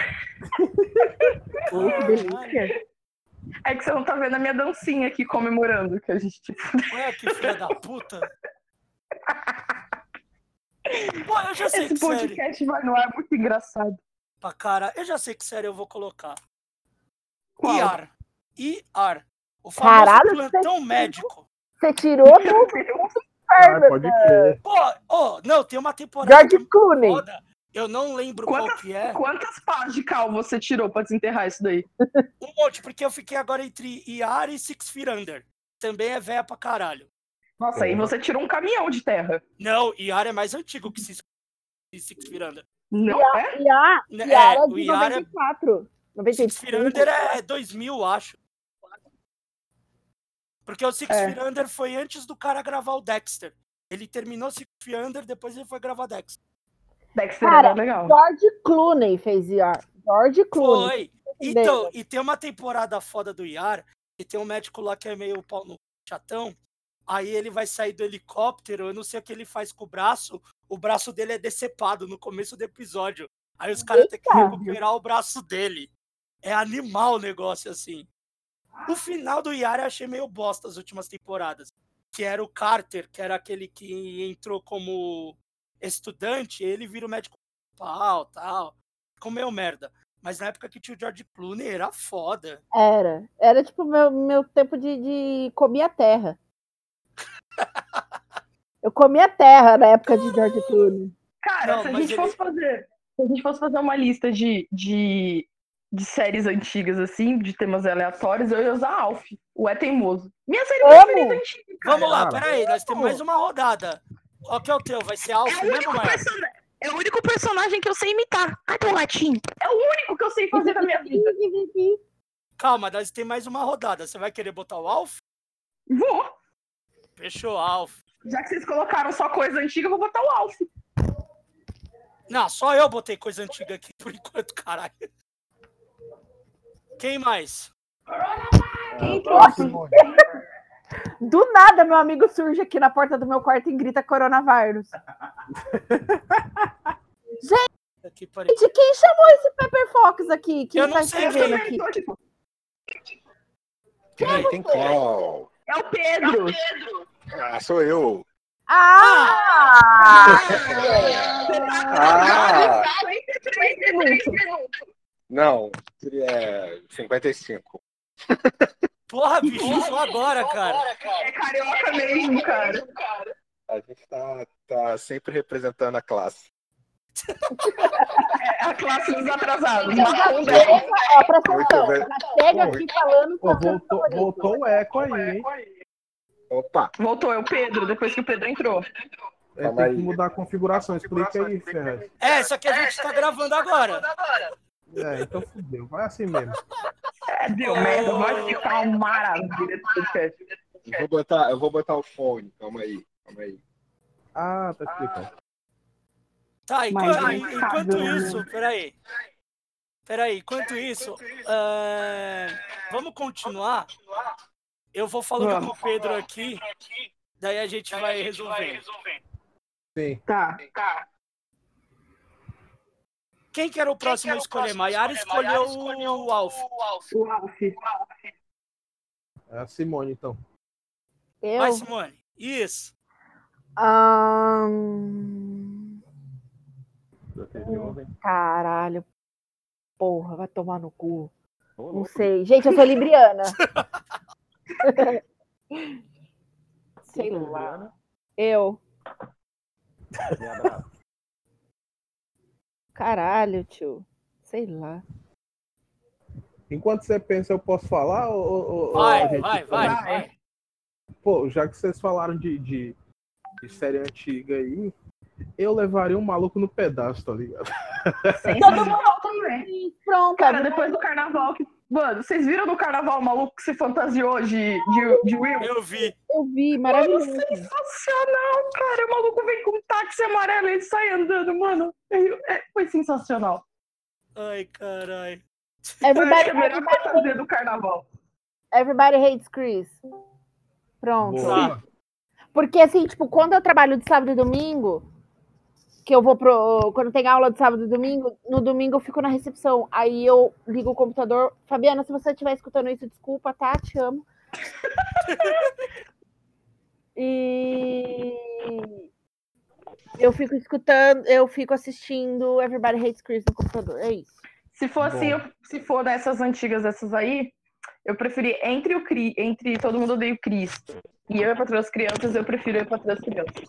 B: Pô, que delícia.
C: É que você não tá vendo a minha dancinha aqui comemorando, que a gente tipo,
A: Ué, que filha da puta. Pô, eu já sei
C: Esse
A: que série.
C: podcast vai no ar muito engraçado.
A: Pra cara, eu já sei que série eu vou colocar.
C: Qual?
A: IAR. IAR. O famoso
B: Caralho,
A: plantão
B: você-
A: médico.
B: Você tirou do
D: Ah,
B: inferno.
D: pode crer.
A: Pô, oh, não, tem uma temporada
B: George
A: que é
B: Clooney.
A: foda. Eu não lembro qual
C: Quantas-
A: que é.
C: Quantas páginas de cal você tirou pra desenterrar isso daí?
A: Um monte, porque eu fiquei agora entre IAR e Six Feet Under. Também é véia pra caralho.
C: Nossa, aí você tirou um caminhão de terra.
A: Não, IAR é mais antigo que Six, que Six Feet Under.
C: Não é?
B: E a
A: Né,
B: Yara
A: é,
B: é
A: o
B: de
A: IAR é...
B: 94.
A: Six Feet
B: 95.
A: Under é 2000, acho. Porque o Six
C: É.
A: Feet Under foi antes do cara gravar o Dexter. Ele terminou Six Feet Under, depois ele foi gravar Dexter.
C: Dexter
B: Cara,
C: era
D: é
C: legal.
B: George Clooney fez ER. George Clooney.
A: Foi. Então, e tem uma temporada foda do Iar, e tem um médico lá que é meio pau no chatão. Aí ele vai sair do helicóptero, eu não sei o que ele faz com o braço. O braço dele é decepado no começo do episódio. Aí os caras têm que
B: Eita.
A: recuperar o braço dele. É animal o negócio, assim. O final do Iar eu achei meio bosta as últimas temporadas. Que era o Carter, que era aquele que entrou como estudante, ele vira o médico pau, tal. Ficou meio merda. Mas na época que tinha o George Clooney era foda.
B: Era. Era tipo meu, meu tempo de, de comer a terra. Eu comia terra na época de George Clooney.
C: Cara,
A: Não,
C: se a
A: mas
C: gente
A: ele-
C: fosse fazer. Se a gente fosse fazer uma lista de, de, de séries antigas, assim, de temas aleatórios, eu ia usar Alf, o É Teimoso. Minha série
B: Amo.
C: preferida é antiga.
A: Vamos lá,
D: Cara.
A: peraí, nós temos mais uma rodada. Qual que é o teu? Vai ser Alf mesmo, Maia?
C: É o único personagem que eu sei imitar. Cadê o latim? É o único que eu sei
A: é
C: fazer na minha vida.
A: Calma, nós temos mais uma rodada. Você vai querer botar o Alf?
C: Vou.
A: Fechou, Alf.
C: Já que vocês colocaram só coisa antiga, eu vou botar o Alf.
A: Não, só eu botei coisa antiga aqui por enquanto, caralho. Quem mais?
C: Quem
D: Próximo.
B: Do nada, meu amigo surge aqui na porta do meu quarto e grita coronavírus.
A: Aqui, peraí.
B: Gente, quem chamou esse Pepper Fox aqui? Quem
A: Eu não
B: tá
A: sei
B: escrevendo
A: quem é.
B: aqui?
C: Tipo,
F: Quem? Quem? Quem?
C: é o Pedro.
F: Ah, sou eu.
B: Ah!
F: Ah,
C: 53
B: É
C: minutos.
F: não. É 55.
A: Porra, bicho, só agora, cara.
C: É carioca mesmo, cara.
F: A gente tá, tá sempre representando a classe.
C: É a classe dos atrasados.
B: Ó,
C: Marrom
F: Então,
B: presta atenção.
F: Muito bem.
B: Ela chega aqui falando
D: Pô,
B: sobre
D: voltou, voltou o eco aí, hein?
F: Opa,
C: Voltou, é o Pedro, depois que o Pedro entrou.
D: É, tem que mudar a configuração, explica aí, Ferraz.
A: É, só que a gente tá gravando agora.
D: É, então fudeu, vai assim mesmo.
C: É, deu merda, vai ficar uma maravilha esse podcast.
F: eu vou botar, eu vou botar o fone. Calma aí, calma aí.
D: Ah, tá explicando.
A: Tá, enqu-
C: Mas
A: enquanto,
C: vai cagando.
A: isso, peraí. Peraí, enquanto isso, é, vamos continuar. Eu vou falando com
C: Vamos.
A: o Pedro aqui, daí a gente vai resolvendo.
D: Sim.
C: Tá.
A: Quem que era o próximo a escolher? Maiara escolheu o Alf.
C: O Alf.
D: É a Simone, então.
B: Eu...
A: Vai, Simone. Isso.
B: Ahn, tá, Caralho. Porra, vai tomar no cu. Não sei. Gente, eu sou libriana. sei lá. Eu. Caralho, tio. Sei lá.
D: Enquanto você pensa, eu posso falar? Ou, ou- ou a
A: Vai,
D: gente-
A: vai, vai, vai.
D: Pô, já que vocês falaram de, de, de série antiga aí, eu levaria um maluco no pedaço, tá ligado?
C: Todo mundo também.
B: Ih, Pronto.
C: Cara, depois do carnaval que. Mano, vocês viram no carnaval o maluco que se fantasiou de, de, de Will?
A: Eu vi.
B: Eu vi,
C: Mano,
B: maravilhoso.
C: sensacional, cara. O maluco vem com um táxi amarelo e ele sai andando, mano. É, é- foi sensacional.
A: Ai, caralho.
C: Eu acho que
B: Everybody,
C: é a melhor
B: everybody,
C: fantasia do carnaval.
B: everybody hates Chris. Pronto.
D: Boa.
B: Porque assim, tipo, quando eu trabalho de sábado e domingo, que eu vou pro. Quando tem aula de sábado e domingo, no domingo eu fico na recepção. Aí eu ligo o computador. Fabiana, se você estiver escutando isso, desculpa, tá? Te amo. e. Eu fico escutando, eu fico assistindo Everybody Hates Chris no computador. É isso.
C: Se for assim,
D: Bom.
C: eu- se for dessas antigas, dessas aí, eu preferi entre o Cri, entre todo mundo odeia o Cristo e eu e Patroa das Crianças, eu prefiro eu e Patroa das Crianças.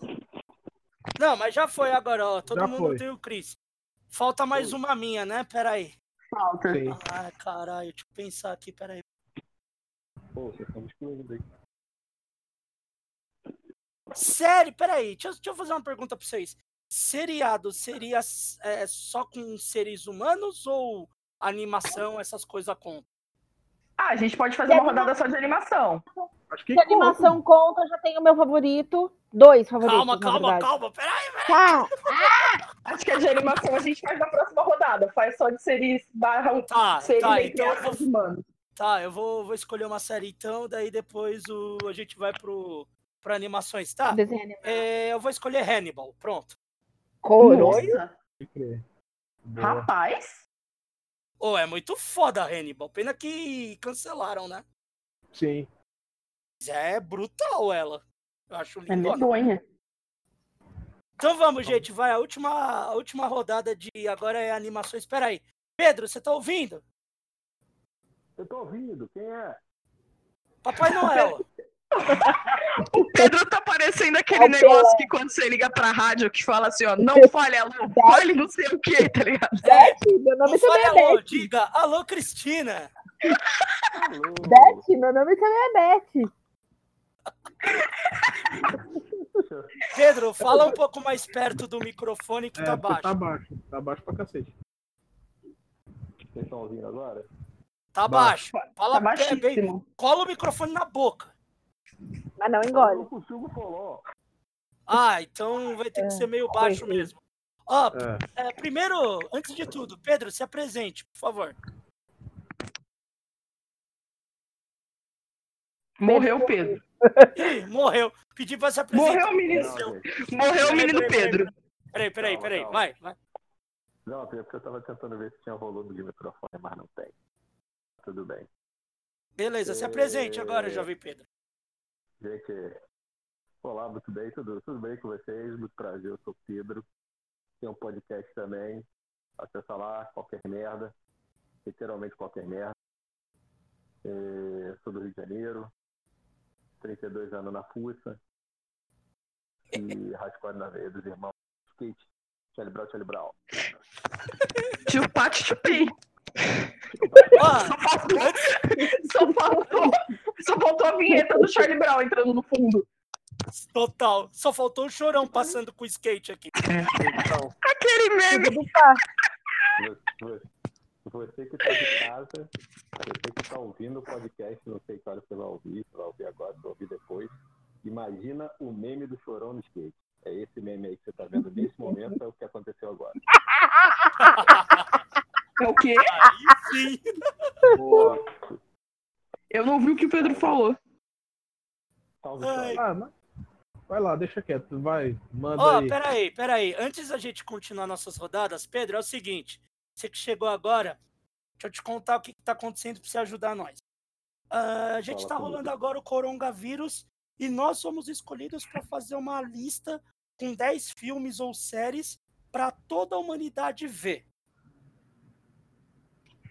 A: Não, mas já foi agora, ó. Todo
D: Já
A: mundo
D: foi.
A: tem o Chris. Falta mais uma minha, né? Peraí.
C: Falta.
D: Sim.
A: Ai, Ah, caralho, deixa eu pensar aqui, peraí.
F: Pô, vocês estão me excluindo aí.
A: Sério, peraí, deixa eu, deixa eu fazer uma pergunta pra vocês. Seriado seria é, só com seres humanos ou animação, essas coisas contam?
C: Ah, a gente pode fazer
B: E
C: uma
B: anima-
C: rodada só de animação.
D: Acho que
B: Se animação conta, eu já tenho o meu favorito. Dois favoritos.
A: Calma,
B: na
A: calma,
B: verdade.
A: calma, peraí.
B: Tá,
C: Acho que a de animação a gente faz na próxima rodada. Faz só de series barra
A: Tá,
C: series
A: tá,
C: entre
B: é
A: então eu
C: aspas,
A: vou-
C: humanos.
A: Tá, eu vou, vou escolher uma série então, daí depois o, a gente vai pro, pra animações, tá?
B: desenho animado.
A: É, eu vou escolher Hannibal, pronto.
B: Coro.
C: Nossa,
A: É.
D: crer. Boa.
C: rapaz.
A: Oh, é muito foda Hannibal, pena que cancelaram, né?
D: Sim.
A: Mas é brutal ela. Eu acho
C: É
A: lindona.
C: medonha.
A: Então vamos, gente, vai. A última, a última rodada de agora é animações. Espera aí. Pedro, você tá ouvindo?
F: Eu tô ouvindo, quem é?
A: Papai Noel.
C: O Pedro tá parecendo aquele
B: É o Pelé.
C: negócio que quando você liga pra rádio que fala assim, ó, não fale alô, fale não sei o que, tá ligado?
B: Beth, meu nome
A: Não fale
B: também é
A: alô,
B: Beth.
A: diga alô, Cristina.
F: Alô?
B: Beth, meu nome também é Beth.
A: Pedro, fala um pouco mais perto do microfone que
D: É,
A: tá
D: porque
A: baixo.
D: tá
A: Tá,
D: baixo. Tá baixo pra cacete.
F: Vocêè estão ouvindo agora?
A: baixo.
C: Tá
A: Fala é, bem.
C: baixíssimo.
A: Cola o microfone na boca.
B: Mas não
F: Eu
B: engole.
F: não consigo falar.
A: Ah, então vai ter
C: É.
A: que ser meio baixo
B: foi.
A: mesmo. Ó,
D: É.
A: é, primeiro, antes de tudo, Pedro, se apresente, por favor.
C: Morreu o Pedro.
A: Ih, morreu. Pedi pra se apresentar.
C: Morreu o menino.
F: Não, gente.
C: Morreu o menino
A: Peraí, peraí,
C: Pedro.
A: Peraí, peraí,
F: Calma,
A: peraí.
F: calma.
A: Vai, vai.
F: Não, até porque eu tava tentando ver se tinha volume de microfone, mas não tem. Tudo bem.
A: Beleza, se apresente agora,
F: É.
A: jovem Pedro.
F: Gente, olá, muito bem, tudo, tudo bem com vocês? Muito prazer, eu sou o Pedro. Tem um podcast também. Acessa lá, qualquer merda. Literalmente qualquer merda. É, sou do Rio de Janeiro. 32 anos na fuça. E rascado na veia dos irmãos. Skate. Charlie Brown, Charlie Brown.
C: Tio Pati Chupei.
A: Ó, Ah,
C: Só faltou, só faltou. Só faltou a vinheta do Charlie Brown entrando no fundo.
A: total. Só faltou o chorão passando com o skate aqui.
F: Então,
C: Aquele meme.
F: Você- Você que tá de casa, você que tá ouvindo o podcast, não sei que hora você vai ouvir, você vai ouvir agora, você vai ouvir depois. Imagina o meme do chorão no skate. É esse meme aí que você tá vendo nesse momento, é o que aconteceu agora.
C: É o quê?
A: Sim.
F: Boa.
C: Eu não vi o que o Pedro falou.
F: Salve,
A: Ai.
F: Ai.
D: Ah, mas... Vai lá, deixa quieto. Vai, manda
A: Ó,
D: aí.
A: peraí, peraí. Antes da gente continuar nossas rodadas, Pedro, é o seguinte. Você que chegou agora, deixa eu te contar o que, que tá acontecendo pra você ajudar nós. Ah, a gente
F: Fala
A: tá
F: comigo.
A: rolando agora o coronavírus e nós somos escolhidos para fazer uma lista com 10 filmes ou séries para toda a humanidade ver.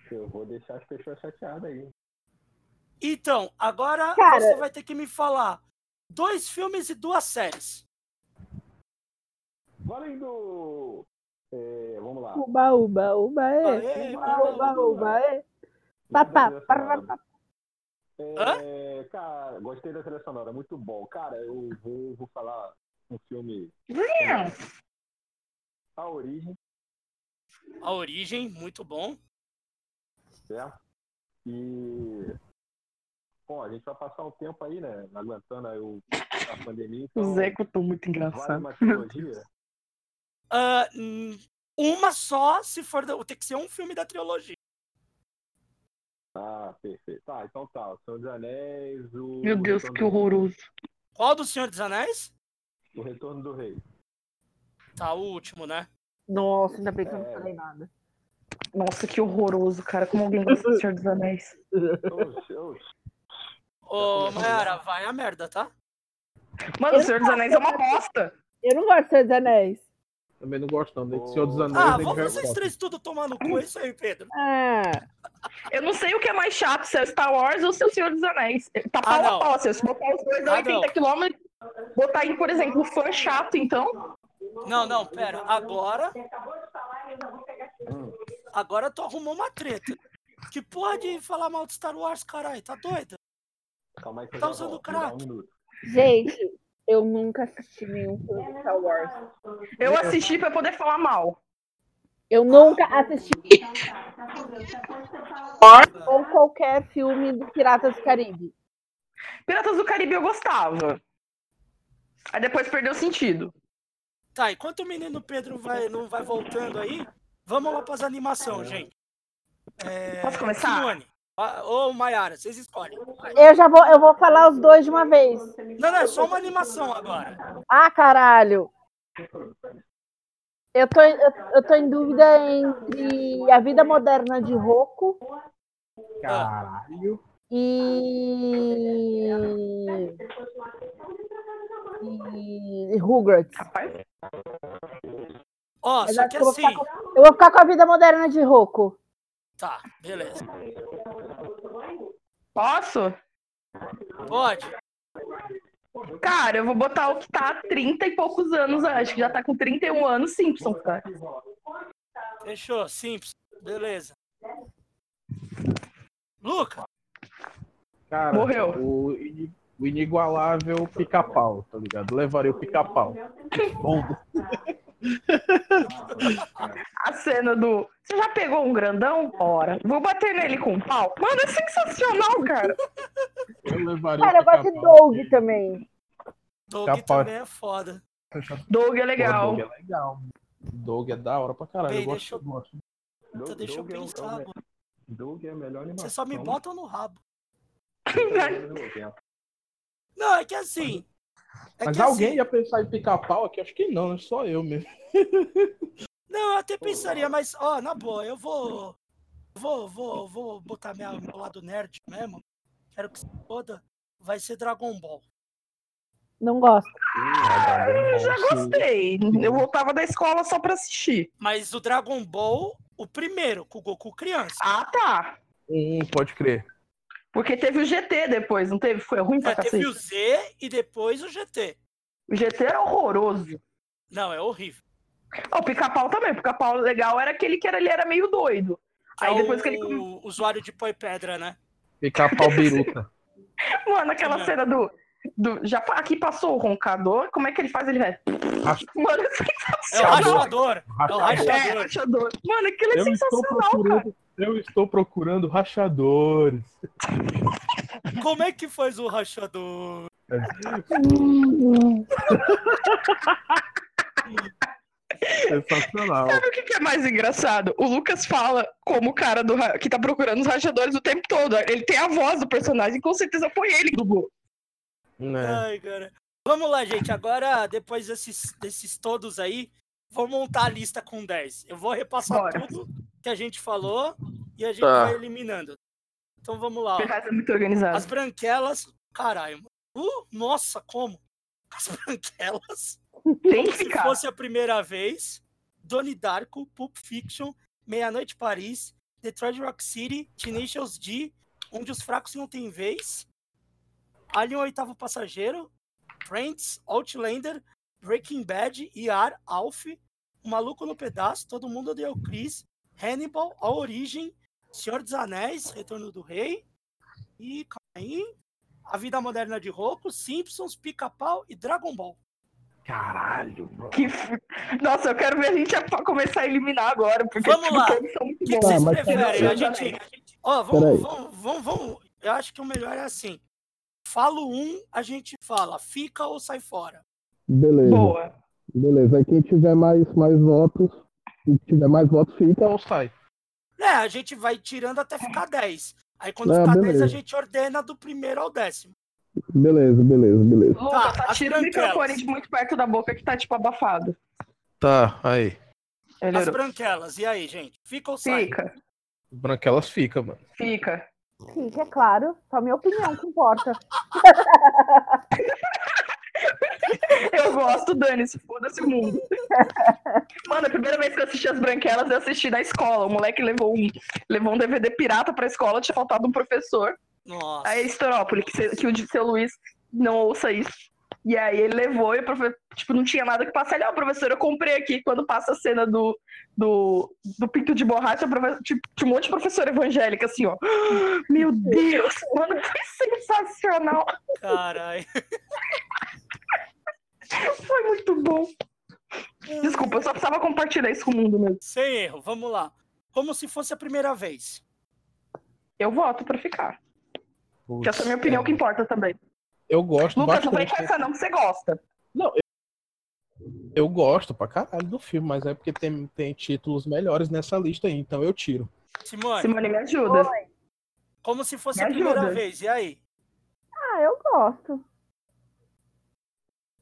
F: Eu vou deixar as pessoas chateadas aí.
A: Então, agora
B: Cara.
A: você vai ter que me falar dois filmes e duas séries.
F: Valendo! É, vamos lá.
B: Uba, uba, uba, é.
A: Aê,
B: Uba, uba, uba, é. Papá,
F: Papá,
B: papá,
F: É, cara, gostei da trilha sonora, muito bom. Cara, eu vou, vou falar um filme. A Origem,
A: A Origem, muito bom.
F: certo? E. Bom, a gente vai passar um tempo aí, né? Aguentando aí o- a pandemia. Então,
C: O Zeco tô muito
F: vale
C: engraçado.
F: uma trilogia.
A: Ah, hum, uma só, se for. da- Tem que ser um filme da trilogia.
F: Ah, perfeito. Tá, então tá. O Senhor dos Anéis, o.
C: Meu Deus,
F: Retorno
C: que
F: do-
C: horroroso.
A: Qual do Senhor dos Anéis?
F: O Retorno do Rei.
A: Tá, o último, né?
B: Nossa, ainda bem que eu não
F: É.
B: falei nada.
C: Nossa, que horroroso, cara. Como alguém gosta do Senhor dos Anéis.
F: Oxe, oxe.
A: Ô, Mayara, vai a merda, tá?
C: Mano, o Senhor dos Anéis é uma bosta.
B: Eu não gosto de Senhor dos Anéis.
D: Também não gosto, não. Nem de Senhor dos Anéis,
A: Ah,
D: nem de
A: vão
D: Harry
A: vocês
D: Potter.
A: três tudo tomar no cu, é isso aí, Pedro.
B: Ah,
C: Eu não sei o que é mais chato, se é Star Wars ou se é o Senhor dos Anéis. Tá
A: Ah,
C: pau
A: não.
C: a pau, se eu botar os dois a
A: Ah, não.
C: 80 quilômetros, botar aí, por exemplo, o fã chato, então.
A: Não, não, pera. Agora.
F: Hum.
A: Agora tu arrumou uma treta. Que porra de falar mal de Star Wars, caralho? Tá doida?
F: Calma aí que eu
A: Tá
F: já
A: usando
F: volto.
A: crack.
F: Me dá um minuto.
B: gente, eu nunca assisti nenhum filme de Star Wars.
C: Eu assisti pra poder falar mal.
B: Eu nunca assisti ou qualquer filme do Piratas do Caribe.
C: Piratas do Caribe eu gostava. Aí depois perdeu o sentido.
A: Tá, enquanto o menino Pedro vai, não vai voltando aí, vamos lá pras animação, gente. É,
C: Posso começar?
A: Simone, a- ou Mayara, vocês escolhem. Vai.
B: Eu já vou, eu vou falar os dois de uma vez.
A: Não, não, é só uma animação agora.
B: Ah, caralho! Eu tô, eu, eu tô em dúvida entre a vida moderna de Roku
A: então.
D: Caralho.
B: e. E. Rugrats.
C: Rapaz,
A: Ó,
B: Mas
A: só
B: acho
A: que
B: que eu vou
A: assim.
B: ficar Eu vou ficar com a vida moderna de Roku.
A: Tá, beleza.
C: Posso?
A: Pode.
C: Cara, eu vou botar o que tá há 30 e poucos anos, acho que já tá com 31 anos, Simpsons, cara.
A: Fechou, simples. Beleza. Luca,
D: Cara,
C: Morreu.
D: O, ini- o inigualável pica-pau, tá ligado? Levaria o pica-pau. Bom,
C: A cena do. Você já pegou um grandão? Ora, vou bater nele com um pau. Mano, é sensacional, cara.
D: eu levaria
B: Cara,
D: o
B: eu gosto de
D: pica-pau.
B: Doug também.
A: Doug
D: Capaz.
A: também é foda.
C: Doug é
D: Pô,
C: legal.
D: Doug é legal. Doug é da hora pra caralho.
A: Bem,
D: eu gosto,
A: deixa eu-
D: eu gosto.
F: Doug-
A: Então deixa eu
F: Doug é o- é o
A: pensar
D: né?
F: me-
A: agora.
F: Doug é a melhor animação. é.
A: Você só me bota no rabo. Não, é que assim. é
D: Mas
A: que
D: alguém
A: assim-
D: ia pensar em pica-pau aqui? Acho que não, né? Só eu mesmo.
A: Não, eu até pensaria, mas, ó, na boa, eu vou. Vou, vou, vou botar minha, meu lado nerd mesmo. Quero que se foda. Vai ser Dragon Ball.
B: Não gosto.
C: Eu já gostei. Eu voltava da escola só pra assistir.
A: Mas o Dragon Ball, o primeiro, com o Goku criança.
C: Ah, tá.
D: Hum, pode crer.
C: Porque teve o GT depois, não teve? Foi ruim pra
A: É, teve
C: cacete.
A: o Z e depois o GT.
C: O GT era horroroso.
A: Não, é horrível.
C: Ah, o pica-pau também. O pica-pau legal era aquele que era, ele era meio doido.
A: Que
C: Aí
A: é
C: depois
A: o
C: que ele.
A: usuário de pó e pedra, né?
D: Pica-pau biruta.
C: Mano, aquela
A: É.
C: cena do. do... Já... pa- Aqui passou o roncador. Como é que ele faz? Ele vai.
D: Acho-
C: Mano, é
A: É o
C: sensacional.
A: rachador. É o
C: É,
A: rachador.
C: rachador. Mano, aquilo é
D: Eu estou
C: sensacional, cara.
D: procurando. Eu estou procurando rachadores.
A: Como é que faz o rachador?
D: É Sensacional.
C: Sabe o que, que é mais engraçado? O Lucas fala como o cara do ra- que tá procurando os rachadores o tempo todo. Ele tem a voz do personagem, com certeza foi ele que dublou.
D: Né?
A: Ai, cara. Vamos lá, gente. Agora, depois desses, desses todos aí, vou montar a lista com 10. Eu vou repassar
C: Bora.
A: tudo que a gente falou e a gente
F: Tá.
A: vai eliminando. Então vamos lá.
C: O
A: ó.
C: personagem é muito
A: As
C: organizado.
A: branquelas. Caralho. mano. Uh, nossa, como? As branquelas.
C: Tem que
A: Se
C: ficar.
A: fosse a primeira vez. Donnie Darko, Pulp Fiction, Meia-Noite Paris, Detroit Rock City, Tenacious D, Onde os Fracos Não Têm Vez, Alien o Oitavo Passageiro, Friends, Outlander, Breaking Bad, IAR, Alf, O Maluco no Pedaço, Todo Mundo Odeia o Chris, Hannibal, A Origem, Senhor dos Anéis, Retorno do Rei e Caim, A Vida Moderna de Roku, Simpsons, Pica-Pau e Dragon Ball.
D: Caralho, bro.
C: Que f- Nossa, eu quero ver a gente a- começar a eliminar agora, porque
A: Vamos
C: tipo,
A: lá.
C: todos são muito
A: O que, que
C: bons.
A: vocês
D: mas
A: preferem?
D: peraí.
A: A gente. Ó,
D: Peraí.
A: vamos, vamos, vamos, vamos. Eu acho que o melhor é assim. Falo um, a gente fala, fica ou sai fora.
G: Beleza,
C: Boa.
G: beleza. Aí quem tiver mais, mais votos, quem tiver mais votos fica.
D: Então sai.
A: É, a gente vai tirando até ficar 10. Aí quando
G: Ah,
A: ficar 10,
G: beleza.
A: a gente ordena do primeiro ao décimo.
G: Beleza, beleza, beleza.
C: Luca,
A: Tá,
C: tá,
A: as
C: tirando o
A: branquelas.
C: microfone de muito perto da boca que tá, tipo, abafado.
D: Tá, aí.
A: As
C: Melhorou.
A: branquelas, e aí, gente? Fica ou sai?
C: Fica,
D: Branquelas fica, mano.
C: fica.
B: Fica, é claro. Só minha opinião que importa.
C: Eu gosto, dane-se, foda-se o mundo. Mano, a primeira vez que eu assisti as branquelas, eu assisti na escola. O moleque levou um, levou um DVD pirata pra escola, tinha faltado um professor.
A: Nossa.
C: Aí, Estorópole, que, cê- que o de seu Luiz não ouça isso. E aí ele levou e o professor, tipo, não tinha nada que passar. Ele, ó, professor, eu comprei aqui. Quando passa a cena do, do, do pinto de borracha, o profe- tipo, tinha um monte de professora evangélica, assim, ó. Meu Deus, mano, foi sensacional.
A: Caralho.
C: Foi muito bom. Desculpa, eu só precisava compartilhar isso com o mundo mesmo.
A: Sem erro, vamos lá. Como se fosse a primeira vez.
C: Eu voto pra ficar. Que essa é a minha
D: Putz,
C: opinião
D: é.
C: que importa também.
D: Eu gosto
C: Lucas, não vem
D: bastante.
C: com essa não que você gosta.
D: Eu gosto pra caralho do filme, mas é porque tem, tem títulos melhores nessa lista aí, então eu tiro.
A: Simone,
C: Simone, me ajuda.
A: como se fosse
C: me
A: a primeira
C: ajuda.
A: vez, e aí?
B: Ah, eu gosto.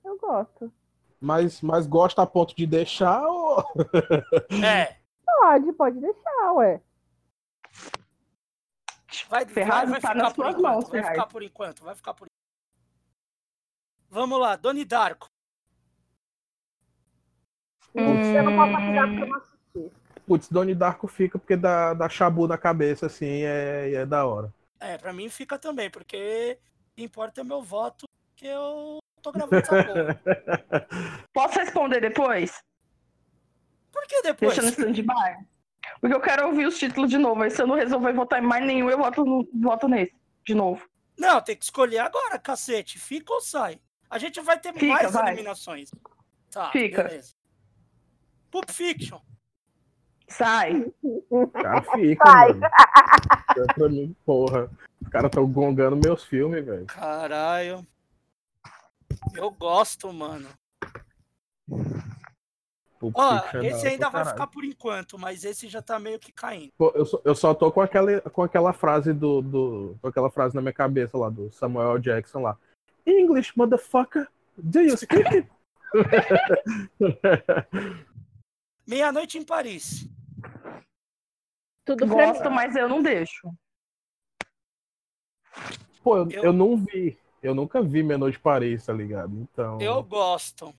B: Eu gosto.
D: Mas, mas gosta a ponto de deixar ou...
C: Hum.
A: É,
B: Pode, pode deixar, ué.
A: vai,
C: Ferraz,
A: vai, vai
C: tá
A: ficar
C: nas
A: por
C: suas
A: enquanto,
C: mãos,
A: vai
C: Ferraz.
A: ficar por enquanto, vai ficar por enquanto. Vamos lá, Doni Darko.
B: Gente, Eu não posso avisar porque eu não assisti.
D: Putz, Doni Darko fica porque dá, dá chabu na cabeça, assim, e é, e é da hora.
A: É, pra mim fica também, porque o que importa é meu voto, que eu tô gravando essa porra.
C: Posso responder depois?
A: Por que depois?
C: Deixando stand-by? Porque eu quero é ouvir os títulos de novo. Aí se eu não resolver votar em mais nenhum, eu voto, no- voto nesse. De novo.
A: Não, tem que escolher agora, cacete. Fica ou sai? A gente vai ter
C: Fica,
A: mais
C: vai.
A: eliminações. Tá,
C: Fica.
A: beleza. Pulp Fiction.
C: Sai.
D: Cara, fica,
B: Vai.
D: mano. É pra mim, porra. Os caras tão gongando meus filmes, velho.
A: Caralho. Eu gosto, mano.
D: Pulp
A: Ó,
D: Fiction é da
A: esse
D: hora
A: ainda
D: pra
A: vai
D: caralho.
A: ficar por enquanto, mas esse já tá meio que caindo.
D: Pô, eu, só, eu só tô com aquela, com aquela frase do, do. com aquela frase na minha cabeça lá, do Samuel Jackson lá. English, motherfucker. Do you speak? it?"
A: Meia-noite em Paris.
B: Tudo pra mim.
C: Gosto, mas eu não deixo.
D: Pô, eu,
A: Eu-
D: eu não vi. Eu nunca vi Menor de Paris, tá ligado? Então.
A: Eu gosto.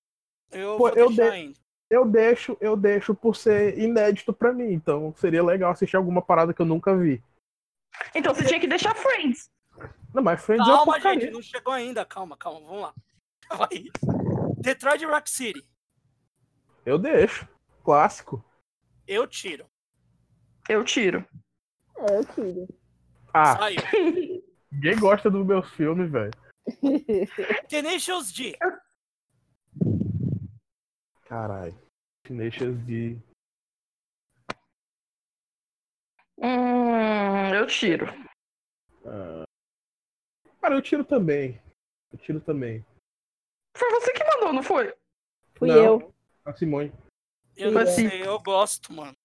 A: Eu
D: Pô,
A: vou
D: eu
A: deixar
D: de-
A: ainda.
D: Eu deixo, eu deixo por ser inédito pra mim. Então seria legal assistir alguma parada que eu nunca vi.
C: Então você tinha que deixar Friends.
D: Não, mas Friends é uma
A: Calma,
D: porcaria.
A: gente, não chegou ainda. Calma, calma, vamos lá. Calma aí. Detroit Rock City.
D: Eu deixo. Clássico.
A: Eu tiro.
C: Eu tiro.
B: É, eu tiro.
D: Ah,
A: Saiu.
D: ninguém gosta dos meus filmes, velho.
A: Tenacious D.
D: Caralho. Tenacious D.
C: Hum, eu tiro.
D: Cara, eu tiro também. Eu tiro também.
C: Foi você que mandou, não foi?
B: Fui
D: Não.
B: eu.
D: A Simone.
A: Eu não
C: Sim.
A: sei, eu gosto, mano.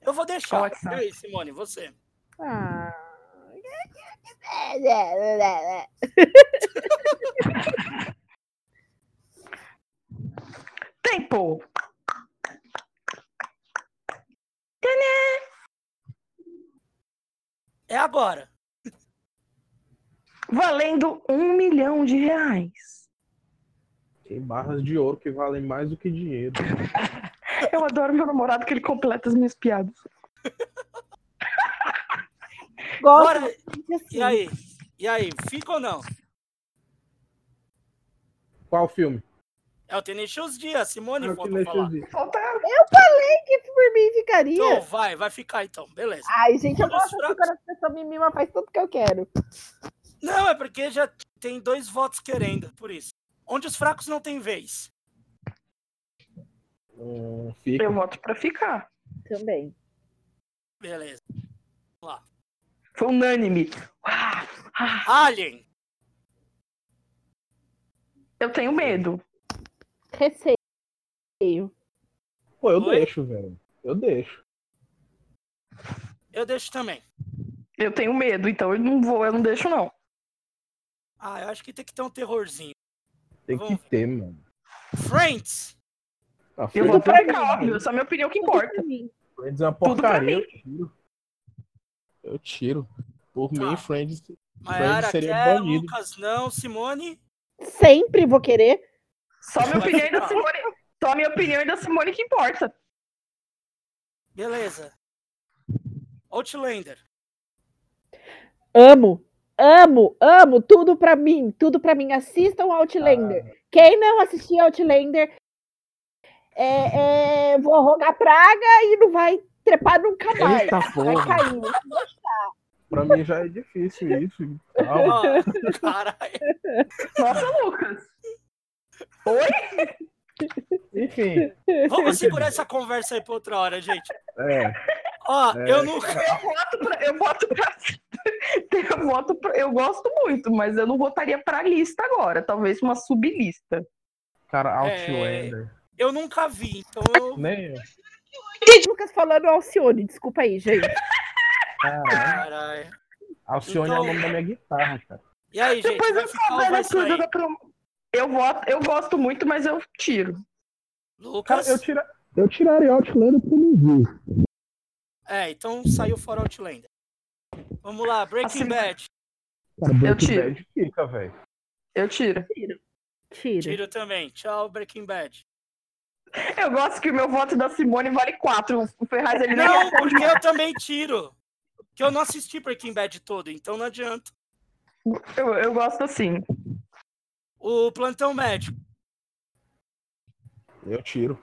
A: Eu vou
D: é
A: deixar.
C: Alexa.
D: tá?
A: E aí, Simone, você?
B: Ah.
C: Tempo.
A: É agora.
C: Valendo um milhão de reais.
D: Tem barras de ouro que valem mais do que dinheiro.
C: Eu adoro meu namorado que ele completa as minhas piadas.
B: Gosto.
A: Bora.
B: gente, assim.
A: E aí? E aí, fica ou não?
D: Qual filme?
A: É o Tenacious D, a Simone
D: Ah,
A: volta a
D: Tenacious
A: falar.
D: D.
C: Falta
B: Que por mim ficaria.
A: Então vai, vai ficar então, beleza.
B: Ai, gente, eu
A: Olha os
B: gosto assim
A: fracos.
B: quando as pessoas me mimam, faz tudo que eu quero.
A: Não, é porque já tem dois votos querendo, por isso. Onde os fracos não têm vez.
D: Hum, fica.
C: Eu voto pra ficar.
B: Também.
A: Beleza.
C: Foi unânime. Ah,
A: Alien.
C: eu tenho medo.
B: Receio.
D: Pô, eu
A: Oi?
D: deixo, velho. Eu deixo.
A: Eu deixo também.
C: Eu tenho medo, então eu não vou, eu não deixo, não.
A: Ah, eu acho que tem que ter um terrorzinho.
G: Tem que ter, mano.
A: Friends!
G: Tá
C: Eu
G: feio.
C: vou pra
D: Friends. é
C: cá, óbvio. Só minha opinião que importa.
B: Pra mim.
D: Friends é uma
C: Tudo pra
D: porcaria, eu tiro. Eu tiro. Por
A: Tá.
D: mim, Friends.
A: Maiara
D: seria
A: quer,
D: banido.
A: Lucas não, Simone.
B: Sempre vou querer.
C: Só minha opinião e da Simone. Só minha opinião e da Simone que importa.
A: Beleza. Outlander.
B: Amo. Amo, amo, tudo pra mim, tudo pra mim. Assistam Outlander.
A: Ah.
B: Quem não assistir Outlander, é, é, vou rogar praga e não vai trepar nunca mais.
D: Eita
B: Vai
D: porra.
B: cair.
D: Pra mim já é difícil isso. então. Calma.
A: Ó, caralho.
C: Nossa, Lucas.
D: Enfim.
A: Vamos segurar essa conversa aí pra outra hora, gente.
D: É.
A: Ó,
D: É.
A: eu não.
C: Eu voto pra. Eu, voto pra... eu, voto pra- eu gosto muito, mas eu não votaria pra lista agora. Talvez uma sublista.
D: Cara,
A: É.
D: Outlander.
A: Eu nunca vi, então eu.
D: Nem eu.
B: Lucas falando Alcione, desculpa aí, gente.
D: Caralho.
A: Caralho.
D: Alcione
C: Então-
D: é o nome da minha guitarra, cara.
A: E aí, gente,
C: Depois
A: vai
C: eu
A: ficar ou vai
C: sabendo tudo
A: sair?
C: da prom- Eu voto, eu gosto muito, mas eu tiro.
D: Cara,
A: Lucas?
D: eu tiro.
G: Eu tiraria Outlander um pra não vir.
A: É, então saiu fora Outlander. Vamos lá, Breaking
C: Assim-
A: Bad.
G: Cara,
C: Eu
G: Breaking
C: tiro.
D: Bad fica, velho.
C: Eu tiro. né?
B: Tira.
A: Tiro também. Tchau, Breaking Bad.
C: Eu gosto que o meu voto da Simone vale 4. O Ferraz ele é-
A: Não,
C: não
A: porque eu também tiro. Porque eu não assisti Breaking Bad todo, então não adianta.
C: Eu, eu gosto assim.
A: O plantão médico.
D: Eu tiro.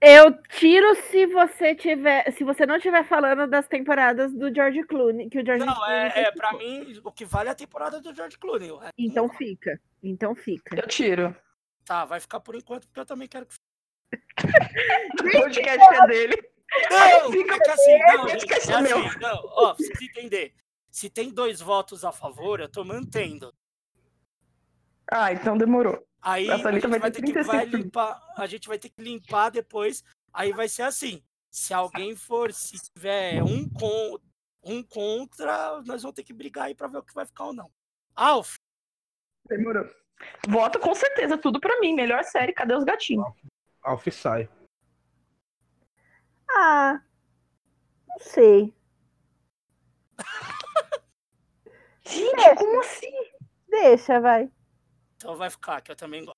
B: Eu tiro se você tiver, se você não tiver falando das temporadas do George Clooney, que o
C: Então,
B: George
A: Não,
B: Clooney
A: é, é pra é mim, o que vale é a temporada do George Clooney. o resto-
B: Então fica. Então fica.
C: Eu tiro.
A: Tá, vai ficar por enquanto, porque eu também quero que.
C: O podcast é dele.
A: Não,
C: fica
A: é que assim, não,
C: bem,
A: gente, é
C: fica assim, meu.
A: assim, não. Ó, pra vocês entenderem. Se tem dois votos a favor, eu tô mantendo.
C: Ah, então demorou.
A: Aí
C: Essa
A: a
C: lista
A: gente vai,
C: vai
A: ter
C: ter
A: que vai
C: 35.
A: limpar, a gente vai ter que limpar depois. Aí vai ser assim. Se alguém for, se tiver um, con, um contra, nós vamos ter que brigar aí pra ver o que vai ficar ou não. Alf,
C: Demorou. Voto com certeza, tudo pra mim. Melhor série, cadê os gatinhos?
D: Alf sai.
B: Ah, não sei.
C: Gente, como assim?
B: Deixa, vai.
A: então vai ficar, que eu também gosto.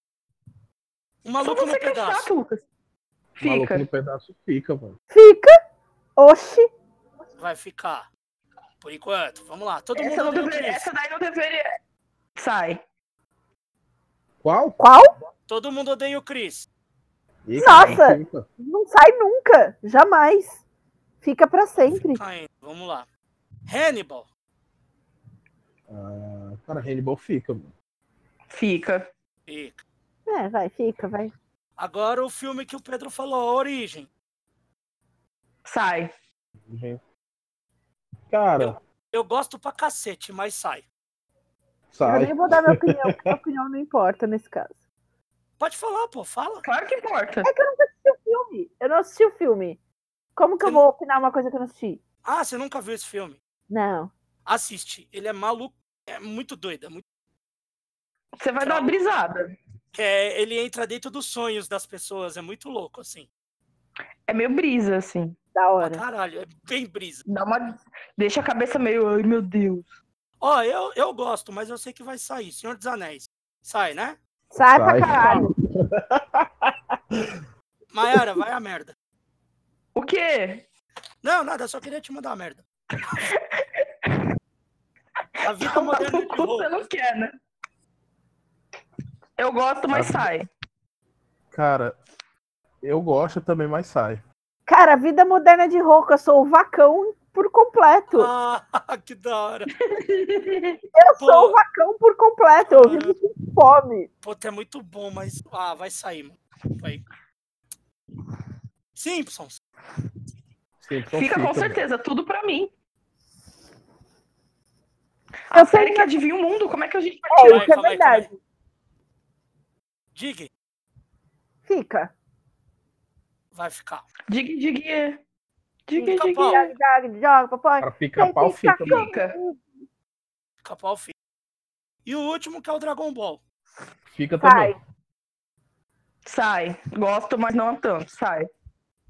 A: Um
C: Só
A: maluco no
C: você que é
A: pedaço.
C: chato, Lucas.
D: Maluco
C: Fica.
D: no pedaço fica, mano.
B: Fica. Oxi.
A: Vai ficar. Por enquanto, vamos lá. Todo
C: Essa,
A: mundo
C: não
A: deu
C: deveria-
A: três.
C: essa daí não deveria. Sai.
D: Qual?
B: Qual?
A: Todo mundo odeia o Chris.
D: Ih,
B: Nossa!
D: cara, fica.
B: Não sai nunca. Jamais. Fica pra sempre.
A: Caindo. Tá Vamos lá. Hannibal.
D: Ah, cara, Hannibal fica, mano.
C: Fica.
A: Fica.
B: É, vai, fica, vai.
A: Agora o filme que o Pedro falou, a Origem.
C: Sai.
D: Gente. Cara,
A: Eu gosto pra cacete, mas sai.
B: Eu
D: sai.
B: nem vou dar minha opinião, porque minha opinião não importa nesse caso.
A: Pode falar, pô, fala.
C: Claro que
A: É
C: importa.
B: assisti o filme. Eu não assisti o filme. Como que eu
A: Você
B: vou opinar uma coisa que eu não assisti?
A: Ah, você nunca viu esse filme?
B: Não.
A: Assiste. Ele é maluco, é muito doido. É muito...
C: Você vai dar uma brisada.
A: É, ele entra dentro dos sonhos das pessoas, é muito louco, assim.
C: É meio brisa, assim.
B: Da
A: Pra
B: hora.
A: caralho, é bem brisa.
C: Dá uma. Deixa a cabeça meio. Ai, meu Deus.
A: Ó, eu, eu gosto, mas eu sei que vai sair. Senhor dos Anéis. Sai, né?
B: Sai,
D: Sai.
B: pra caralho.
A: Mayara, vai a merda.
C: O quê?
A: Não, nada, eu só queria te mandar a merda. A
B: Tá
A: vida
C: Toma
A: moderna
C: Tá
A: é
C: no
A: de
C: cu, você
A: Rô.
C: não quer, né? Eu gosto, mas sai.
D: Cara, eu gosto também, mas sai.
B: Cara, vida moderna é de rouco. Eu sou o vacão por completo.
A: Ah, que da hora.
B: eu sou
A: Pô,
B: o
A: Ah.
B: vacão por completo. Eu vivo com fome.
A: puta, é muito bom, mas. Ah, vai sair, mano. Vai. Simpsons.
D: Simpson
C: fica, com
D: mano.
C: certeza, tudo pra mim.
B: Eu
C: A série
B: tenho-
C: que adivinha o mundo, como é que a gente vai
B: É,
C: tirar?
A: Vai,
B: isso é
A: calma aí,
B: verdade.
A: Dig,
B: Fica.
A: vai ficar.
C: Dig, dig, é. Diga, diga,
A: Capão.
C: diga.
B: Joga, joga, joga, papai.
G: Cara, pica-pau
B: Tem que
G: fica.
B: ficar
G: mano.
C: Fica.
A: Capal Fi. E o último que é o Dragon Ball.
G: Fica
B: Sai.
G: também.
C: Sai. Gosto, mas não é tanto. Sai.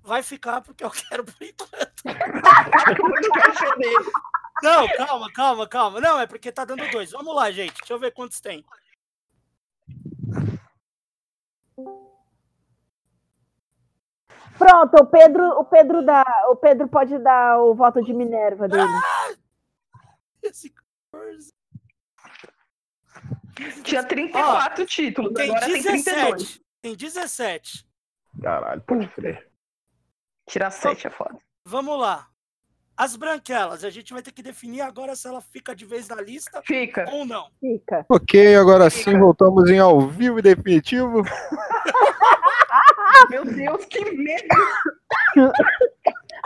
A: Vai ficar porque eu quero por enquanto.
C: Eu quero chover.
A: Não, calma, calma, calma. Não, é porque tá dando dois. Vamos lá, gente. Deixa eu ver quantos tem.
B: Pronto, o Pedro, o Pedro dá, o Pedro pode dar o voto de Minerva dele.
A: Ah. Esse coisa.
C: Tinha 34 títulos,
A: Tem
C: agora tem 32.
A: 17. Tem 17.
G: Caralho, pode crer.
C: Tirar 7 é foda.
A: Vamos lá. As branquelas. A gente vai ter que definir agora se ela fica de vez na lista
C: Fica.
A: ou não.
B: Fica.
H: Ok, agora sim voltamos em ao vivo e definitivo.
C: Meu Deus, que medo.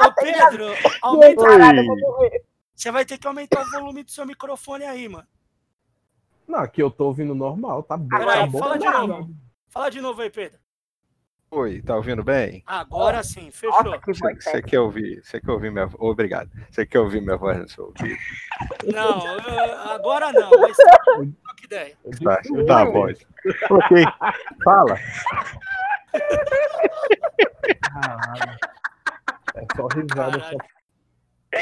A: Ô, Pedro, aumenta-
B: Caralho, eu vou morrer.
A: você vai ter que aumentar o volume do seu microfone aí, mano.
D: Não, aqui eu tô ouvindo normal, tá bom.
A: Peraí,
D: tá bom.
A: fala de novo. Fala de novo aí, Pedro.
H: Oi, tá ouvindo bem?
A: Agora sim, fechou.
B: Nossa, que voz
H: Você quer ouvir? Você quer ouvir minha voz? Obrigado. Você quer ouvir minha voz no seu ouvido?
A: Não, eu- agora não, mas Qual que ideia.
D: Eu
H: Tá,
D: disse que
H: tá a
D: eu-
H: voz. Ok, fala.
D: Caralho. É só risada.
A: Caralho.
D: Só...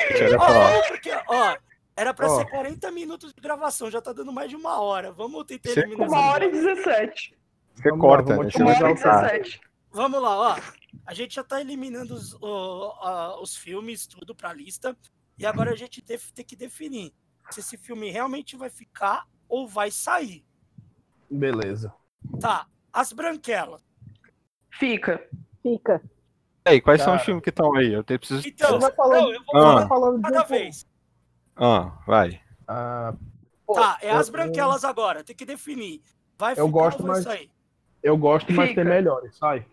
H: Deixa eu falar.
A: Ó, porque, ó, era pra
D: Ó.
A: ser 40 minutos de gravação, já tá dando mais de uma hora. Vamos tentar
H: Você
A: eliminar
C: Uma
A: essa-
C: hora e 17.
H: Você
D: Vamos lá,
H: corta,
D: vamos
H: né? Você
C: Uma
H: não
C: hora e
D: exaltar.
H: corta.
C: 17.
A: Vamos lá, ó. A gente já tá eliminando os, o- a- os filmes, tudo pra lista. E agora a gente def- tem que definir se esse filme realmente vai ficar ou vai sair.
D: Beleza.
A: Tá, As Branquelas.
C: Fica.
B: Fica.
H: Ei, quais são os
D: Cara.
H: filmes que estão aí? Eu te- preciso.
A: Então,
D: vai falando.
A: não, eu vou
H: Ah.
B: tá
A: falar
D: falando de
A: cada
D: um-
A: vez.
H: Ah, vai.
D: Ah,
A: Tá, é
D: eu-
A: As Branquelas agora, tem que definir. Vai ficar
D: gosto
A: ou vai
D: mais-
A: sair?
D: eu gosto, mas
C: Fica.
D: tem melhores. Sai.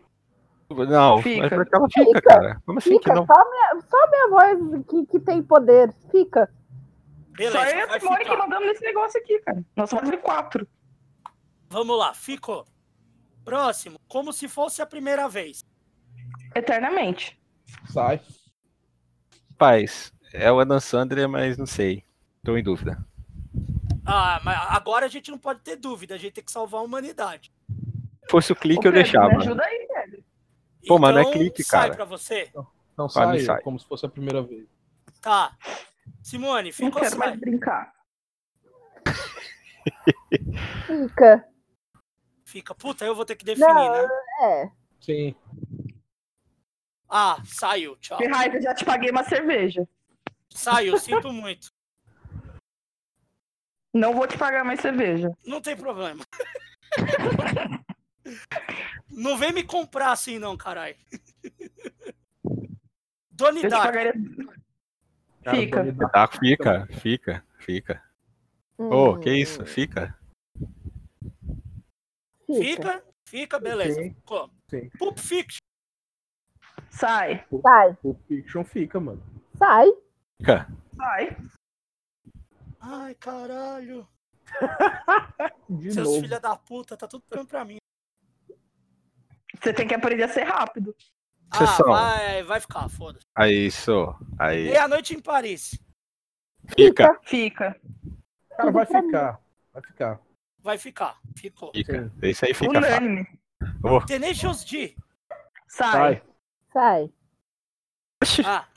H: Não,
C: Fica.
H: mas pra que ela fica,
B: Fica.
H: cara. Como assim que
B: Fica,
H: não?
B: só a minha, só a minha voz que, que tem poder. Fica.
A: Beleza,
C: Só eu e
A: vai
C: a Simone que
A: ficar.
C: mandamos nesse negócio aqui, cara. Nós somos de quatro.
A: Vamos lá, ficou. Próximo, como se fosse a primeira vez.
C: Eternamente.
D: Sai.
H: Paz, é o Adam Sandler, mas não sei. Tô em dúvida.
A: Ah, mas agora a gente não pode ter dúvida, a gente tem que salvar a humanidade.
H: Se fosse o
C: Ô,
H: clique, eu
C: Pedro,
H: deixava.
C: Me ajuda aí, Pedro.
H: Pô, mas não é clique,
A: Então, sai
H: cara.
A: pra você.
D: Não
H: Pra mim,
D: Então sai,
H: sai.
D: como se fosse a primeira vez.
A: Tá. Simone,
C: Não
A: ficou
C: quero mais
A: sai.
C: brincar.
B: Fica.
A: Fica. Puta, eu vou ter que definir,
B: Não.
A: né?
B: É.
D: Sim.
A: Ah, saiu, tchau.
C: Que raiva, já te paguei uma cerveja.
A: Saiu, sinto muito.
C: Não vou te pagar mais cerveja.
A: Não tem problema. Não vem me comprar assim, não, caralho. Doni
C: Eu te
A: Dark.
C: pagaria. Fica.
D: Donnie Darko.
H: Tá, fica, fica, fica. Ô,
B: Hum,
H: que isso? Fica.
A: Fica, fica, beleza.
D: Sim.
A: Ficou.
D: Sim.
A: Pulp Fiction.
C: Sai.
B: Sai.
D: Pulp Fiction fica, mano.
B: Sai.
H: Fica.
C: Sai.
A: Ai, caralho.
D: De
A: Seus
D: novo.
A: filha da puta, tá tudo dando pra mim.
C: Você tem que aprender a ser rápido.
A: Ah,
H: Sessão.
A: vai, vai ficar, foda-se.
H: Aí, isso. Aí.
A: Meia-noite em Paris.
H: Fica.
C: Fica.
A: é
D: Cara, vai ficar. Vai ficar.
A: Vai ficar. Ficou.
H: Fica. Isso aí fica. fácil.
C: Unânime.
A: Tenacious D.
C: Sai.
D: Sai.
B: Sai.
A: Ah.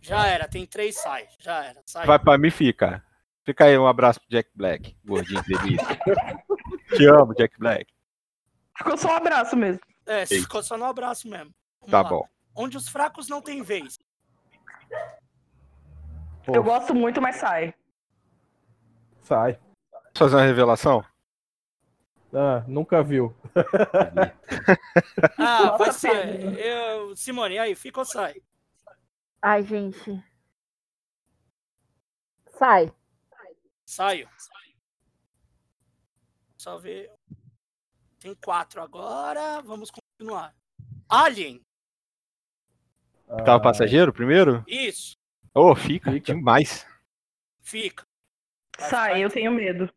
A: Já era, tem três sai. Já era. Sai.
H: Vai pra mim, fica. Fica aí, um abraço pro Jack Black, gordinho delícia. Te amo, Jack Black.
C: Ficou só um abraço mesmo.
A: É, ficou só no abraço mesmo. Vamos
H: Tá
A: lá.
H: bom.
A: Onde os fracos não têm vez.
D: Pô,
C: Eu gosto muito, mas sai.
D: Sai.
H: Posso fazer uma revelação?
D: Ah, nunca viu.
A: Ah, vai
C: Nossa,
A: ser. Eu... Simone, e aí, fica ou sai?
B: Ai, gente. Sai.
A: Saio. Só ver. Tem quatro agora. Vamos continuar. Alien.
D: Ah,
H: Tava passageiro primeiro?
A: Isso.
H: Ô, fica,
D: Fica.
H: demais.
A: Fica. Vai
C: Sai,
A: ficar.
C: eu tenho medo.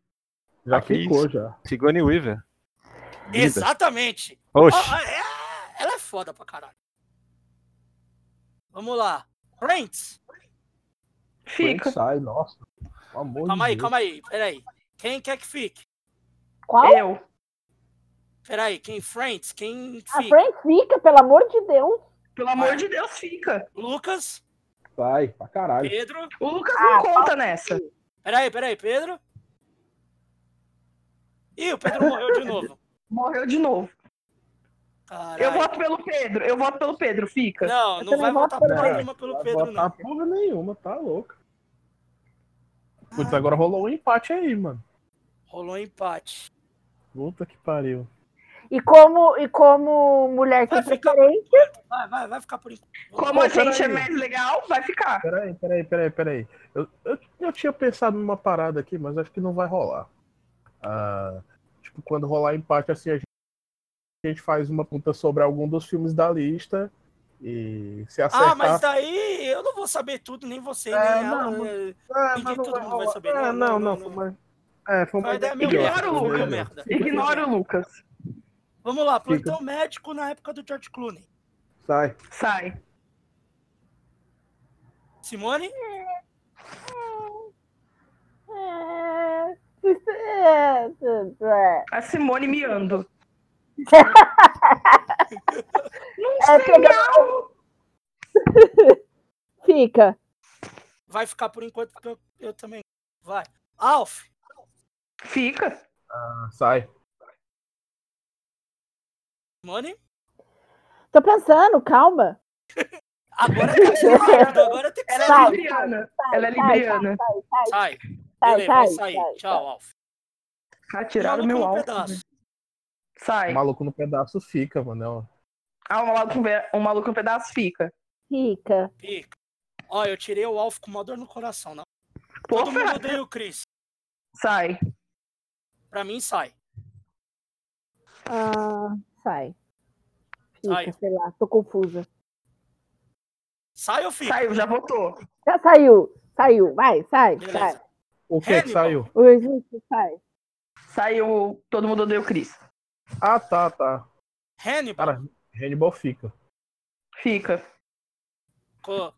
D: Já
H: Aqui,
D: ficou, já.
H: Sigourney Weaver. Vida.
A: Exatamente. Ah,
H: Oxi,
A: é Ó, ó, é- ela é foda pra caralho. Vamos lá. Friends.
C: Fica.
I: Sai, nossa. Pelo amor
A: Calma
I: de
A: aí,
I: Deus.
A: calma aí. Peraí. Quem quer que fique? É,
B: Qual?
C: Eu.
A: Peraí, quem Friends? Quem
B: A
A: fica?
B: Fran fica, pelo amor de Deus.
C: Pelo amor de Deus, fica.
A: Lucas,
I: Sai, pra caralho.
A: Pedro.
C: O Lucas
B: Ah,
C: não conta nessa.
A: Peraí, peraí, Pedro. Ih, o Pedro morreu de novo.
C: Morreu de novo.
A: Caralho.
C: Eu voto pelo Pedro. Eu voto pelo Pedro. Fica.
A: Não, não
B: também
A: vai
B: voto
A: votar
B: pelo
A: porra
I: Pedro.
A: nenhuma pelo
I: Vai
A: Pedro,
I: botar
A: não.
I: porra nenhuma, tá louco.
D: Putz, agora rolou um empate aí, mano.
A: Rolou um empate.
D: Puta que pariu.
B: E como, e como mulher
A: Vai
B: sem
A: ficar-
B: preferência,
A: Vai, vai, vai ficar por enquanto.
C: Como a
D: Pô, peraí.
C: gente é mais legal, vai ficar.
D: Peraí, peraí, peraí, peraí. Eu, eu, eu tinha pensado numa parada aqui, mas acho que não vai rolar. Ah, tipo, quando rolar empate, assim, a gente, a gente faz uma pergunta sobre algum dos filmes da lista. E se acertar.
A: Ah, mas daí eu não vou saber tudo, nem você,
D: É,
A: nem
D: não,
A: ela.
D: mas-
A: né?
D: Ah,
A: ninguém- todo mundo vai
D: rolar.
A: saber. Não,
D: Ah, não,
A: não,
D: não.
A: não.
D: foi uma- É, foi uma
A: Mas daí é
D: ideia
A: meu
D: idiota,
A: merda,
D: foi uma
C: Lucas.
A: meu
D: ideia idiota.
A: merda.
C: Ignora o Lucas.
A: Vamos lá, plantão médico na época do George Clooney.
I: Sai.
C: Sai.
A: Simone?
B: É, é, é,
C: A Simone miando.
B: é, legal. Fica.
A: Vai ficar por enquanto, porque eu, eu também. Vai. Alf,
C: Fica.
D: Ah, Sai.
A: Simone?
B: Tô pensando, calma.
A: Agora tem que ser rápido, agora tem que ser
C: Ela é
B: Sai,
A: rápido.
C: libriana. Ela é
B: sai, sai,
C: libriana.
A: Sai.
B: sai,
A: Beleza, vai
B: sai,
A: sair.
B: sai,
A: Tchau, Alf. Maluco
C: Atiraram meu
A: no
C: alvo.
A: um pedaço.
D: O
C: Sai.
D: maluco no pedaço fica, mano. É uma-
C: Ah, um maluco, no pe- um maluco no pedaço fica.
B: Fica.
A: Pica. Ó, eu tirei o Alf com uma dor no coração. Não.
C: Pô,
A: Todo mundo odeia o Chris.
C: sai.
A: Pra mim, sai.
B: Ah, sai. Fica,
A: Sai.
B: sei lá, tô confusa.
A: Sai ou fica?
C: Saiu, já votou.
B: Já saiu, saiu, vai, sai,
A: Beleza.
B: sai.
D: O que é que
A: Hannibal.
D: saiu?
B: O Egito sai.
C: Saiu. Todo mundo odeia o Cris.
D: Ah, tá, tá.
A: Hannibal.
D: Cara, Hannibal fica.
C: Fica.
A: Co-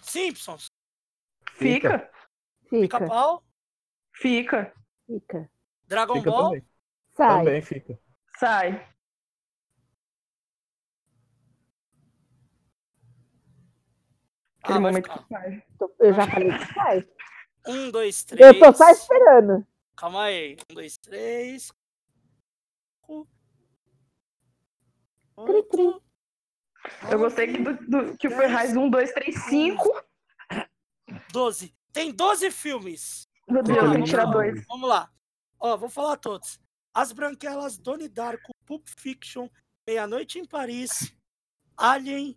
A: Simpsons.
C: Fica.
B: Fica,
A: Pica-pau.
C: Fica.
B: fica.
A: Dragon
D: Fica
A: Ball.
D: também.
B: Sai.
D: Também fica.
C: Sai. Aquele
A: Ah, vai
C: momento
A: ficar.
C: que sai.
B: Tô- Eu já falei que sai.
A: Um, dois, três.
B: Eu tô só esperando.
A: Calma aí. Um, dois, três. Cu.
B: Cri, cri.
A: Oito.
C: Eu gostei que, do, do- que um, o Ferraz 1, 2, 3, 5.
A: Doze. Tem 12 filmes.
C: Meu Deus,
A: Vamos
C: tem que tirar
A: lá,
C: dois.
A: Vamos lá. Ó, vou falar todos. As Branquelas, Donnie Darko, Pulp Fiction, Meia Noite em Paris, Alien,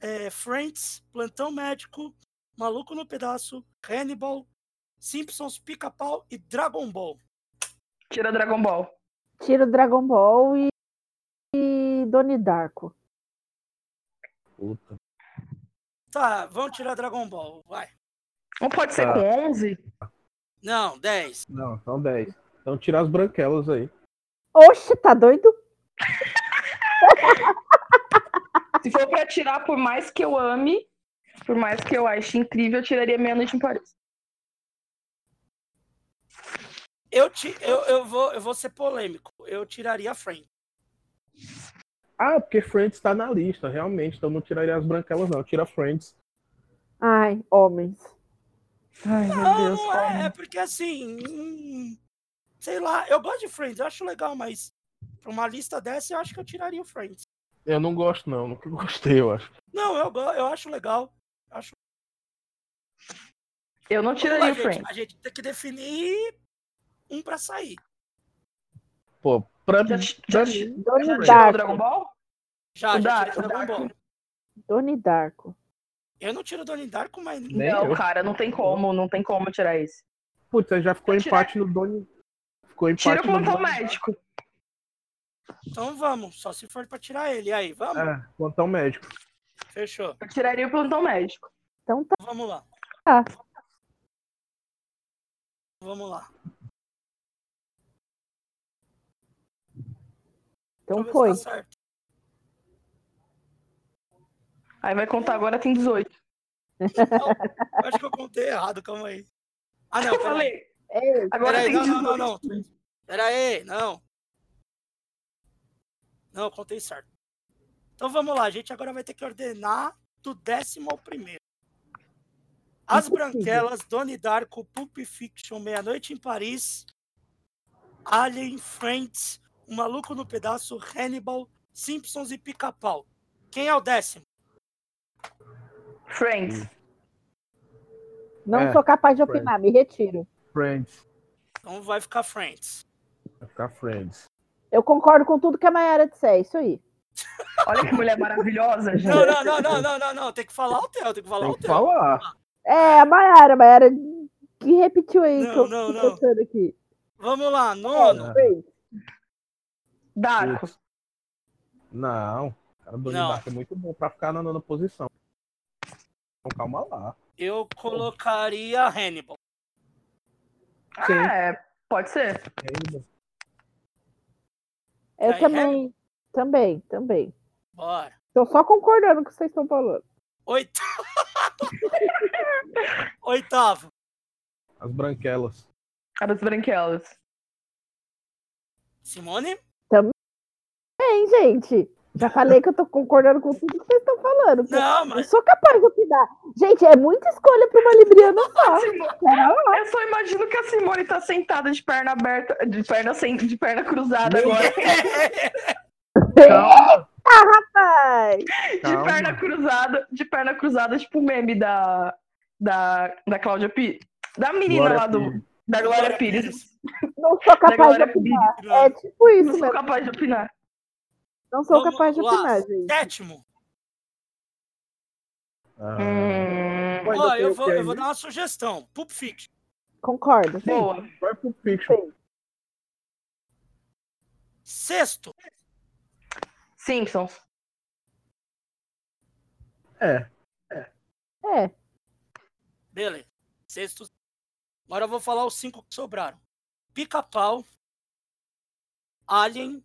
A: eh, Friends, Plantão Médico, Maluco no Pedaço, Hannibal, Simpsons, Pica-Pau e Dragon Ball.
C: Tira Dragon Ball.
B: Tira o Dragon Ball e, e Doni Darko.
D: Puta.
A: Tá, vamos tirar Dragon Ball, vai.
C: Não Um pode ser
D: Tá.
C: com 11?
A: Não, 10.
D: Não, são 10. Então tirar as branquelas aí.
B: Oxe, tá doido?
C: Se for pra tirar, por mais que eu ame, por mais que eu ache incrível, eu tiraria Meia Noite em Paris.
A: Eu, ti, eu, eu, vou, eu vou ser polêmico. Eu tiraria a Friends.
D: Ah, porque Friends tá na lista, realmente. Então não tiraria as branquelas, não. Tira Friends.
B: Ai, homens.
C: Ai, meu
A: Não,
C: Deus.
A: não é, é porque assim. hum, sei lá, eu gosto de Friends, eu acho legal, mas pra uma lista dessa eu acho que eu tiraria o Friends.
D: Eu não gosto, não. Nunca gostei, eu acho.
A: Não, eu, go- eu acho legal.
C: Eu não
A: Vamos lá,
C: tiraria o
A: gente,
C: Friends.
A: A gente tem que definir um pra sair.
D: Pô, pra
C: Já,
D: mim.
C: já,
D: pra
B: Doni
D: mim-
C: já tirou o Dragon
B: Darko.
C: Ball?
A: Já, já
C: O Dark,
A: tirei
C: o
A: Dragon
C: Dark.
A: Ball.
B: Doni Darko.
A: Eu não tiro o Donnie Darko, mas.
D: Nem
C: não,
D: eu.
C: cara, não tem como, não tem como tirar esse.
D: Putz, aí já ficou
C: Então tira-
D: empate no Doni. Ficou empate
C: Tira o
D: no
C: plantão
D: Doni-
C: médico.
A: Então vamos, só se for pra tirar ele. E Aí, vamos?
D: É, plantão médico.
A: Fechou.
C: Eu tiraria o plantão médico.
B: Então tá.
A: Vamos lá.
B: Tá.
A: Vamos lá.
B: Então então
C: Então
A: Deixa eu ver se
B: foi.
A: Tá certo.
C: Aí vai contar agora, tem 18.
A: Eu acho que eu contei errado, calma aí. Ah, não,
C: Eu
A: peraí.
C: falei,
B: Ei,
C: agora
A: Peraí,
C: tem
A: não, não, não,
C: 18.
A: não. Peraí, não. Não, eu contei certo. Então vamos lá, a gente agora vai ter que ordenar do décimo ao primeiro. As Branquelas, Donnie Darko, Pulp Fiction, Meia-Noite em Paris, Alien, Friends, O Maluco no Pedaço, Hannibal, Simpsons e Pica-Pau. Quem é o décimo?
C: Friends.
B: não
D: É,
B: sou capaz de opinar, me retiro.
D: Friends.
A: Então vai ficar Friends.
D: Vai ficar Friends.
B: Eu concordo com tudo que a Mayara disser, é isso aí.
C: Olha que mulher maravilhosa, gente.
A: Não, não, não, não, não, não, não. Tem que falar o teu, tem que falar o
D: Tem que
A: teu.
D: falar.
B: É, a Mayara, a Mayara que repetiu aí
A: Não,
B: que eu
A: não,
B: tô
A: não.
B: pensando aqui. É,
A: Vamos lá, nono.
B: Friends.
C: Darko.
D: Não. Cara, o Donnie
A: Não.
D: Darko é muito bom pra ficar na nona posição. Então calma lá.
A: Eu colocaria Hannibal.
D: Sim.
C: Ah, é, pode ser.
D: Ainda.
B: Eu
A: Aí, é
B: também, também, também.
A: Bora.
B: Tô só concordando com o que vocês estão falando.
A: Oito... Oitavo.
D: As branquelas.
C: A das branquelas.
A: Simone?
B: Bem, gente, já falei que eu tô concordando com tudo que vocês estão falando. pô.
A: Não,
B: Eu
A: mas.
B: sou capaz de opinar. Gente, é muita escolha pra uma libriana só.
C: Simo-
B: Pera lá.
C: Eu só imagino que a Simone tá sentada de perna aberta, de perna, sem, de perna cruzada
D: Meu
C: agora.
D: Calma,
B: Ai,
C: De perna cruzada, de perna cruzada, tipo o meme da, da, da Cláudia Pires. Da menina
D: Glória
C: lá do.
D: Pires.
C: Da Glória Pires.
B: não sou
C: Da
B: capaz de
C: Glória
B: opinar.
C: Pires.
B: É tipo isso
C: Não sou
B: mesmo.
C: capaz de opinar.
B: Não sou
A: Vamos
B: capaz de
A: lá.
B: opinar, gente.
A: Sétimo.
D: Ah,
C: Hum,
D: Mas
A: Ó,
D: eu
A: eu
D: tenho
A: vou,
D: que
A: eu
D: aí.
A: vou dar uma sugestão. Pulp Fiction.
B: Concordo.
C: boa.
D: Vai pro Fiction.
A: Sexto.
C: Simpsons.
D: É.
B: É.
A: Beleza. Sexto. Agora eu vou falar os cinco que sobraram: Pica-Pau, Alien,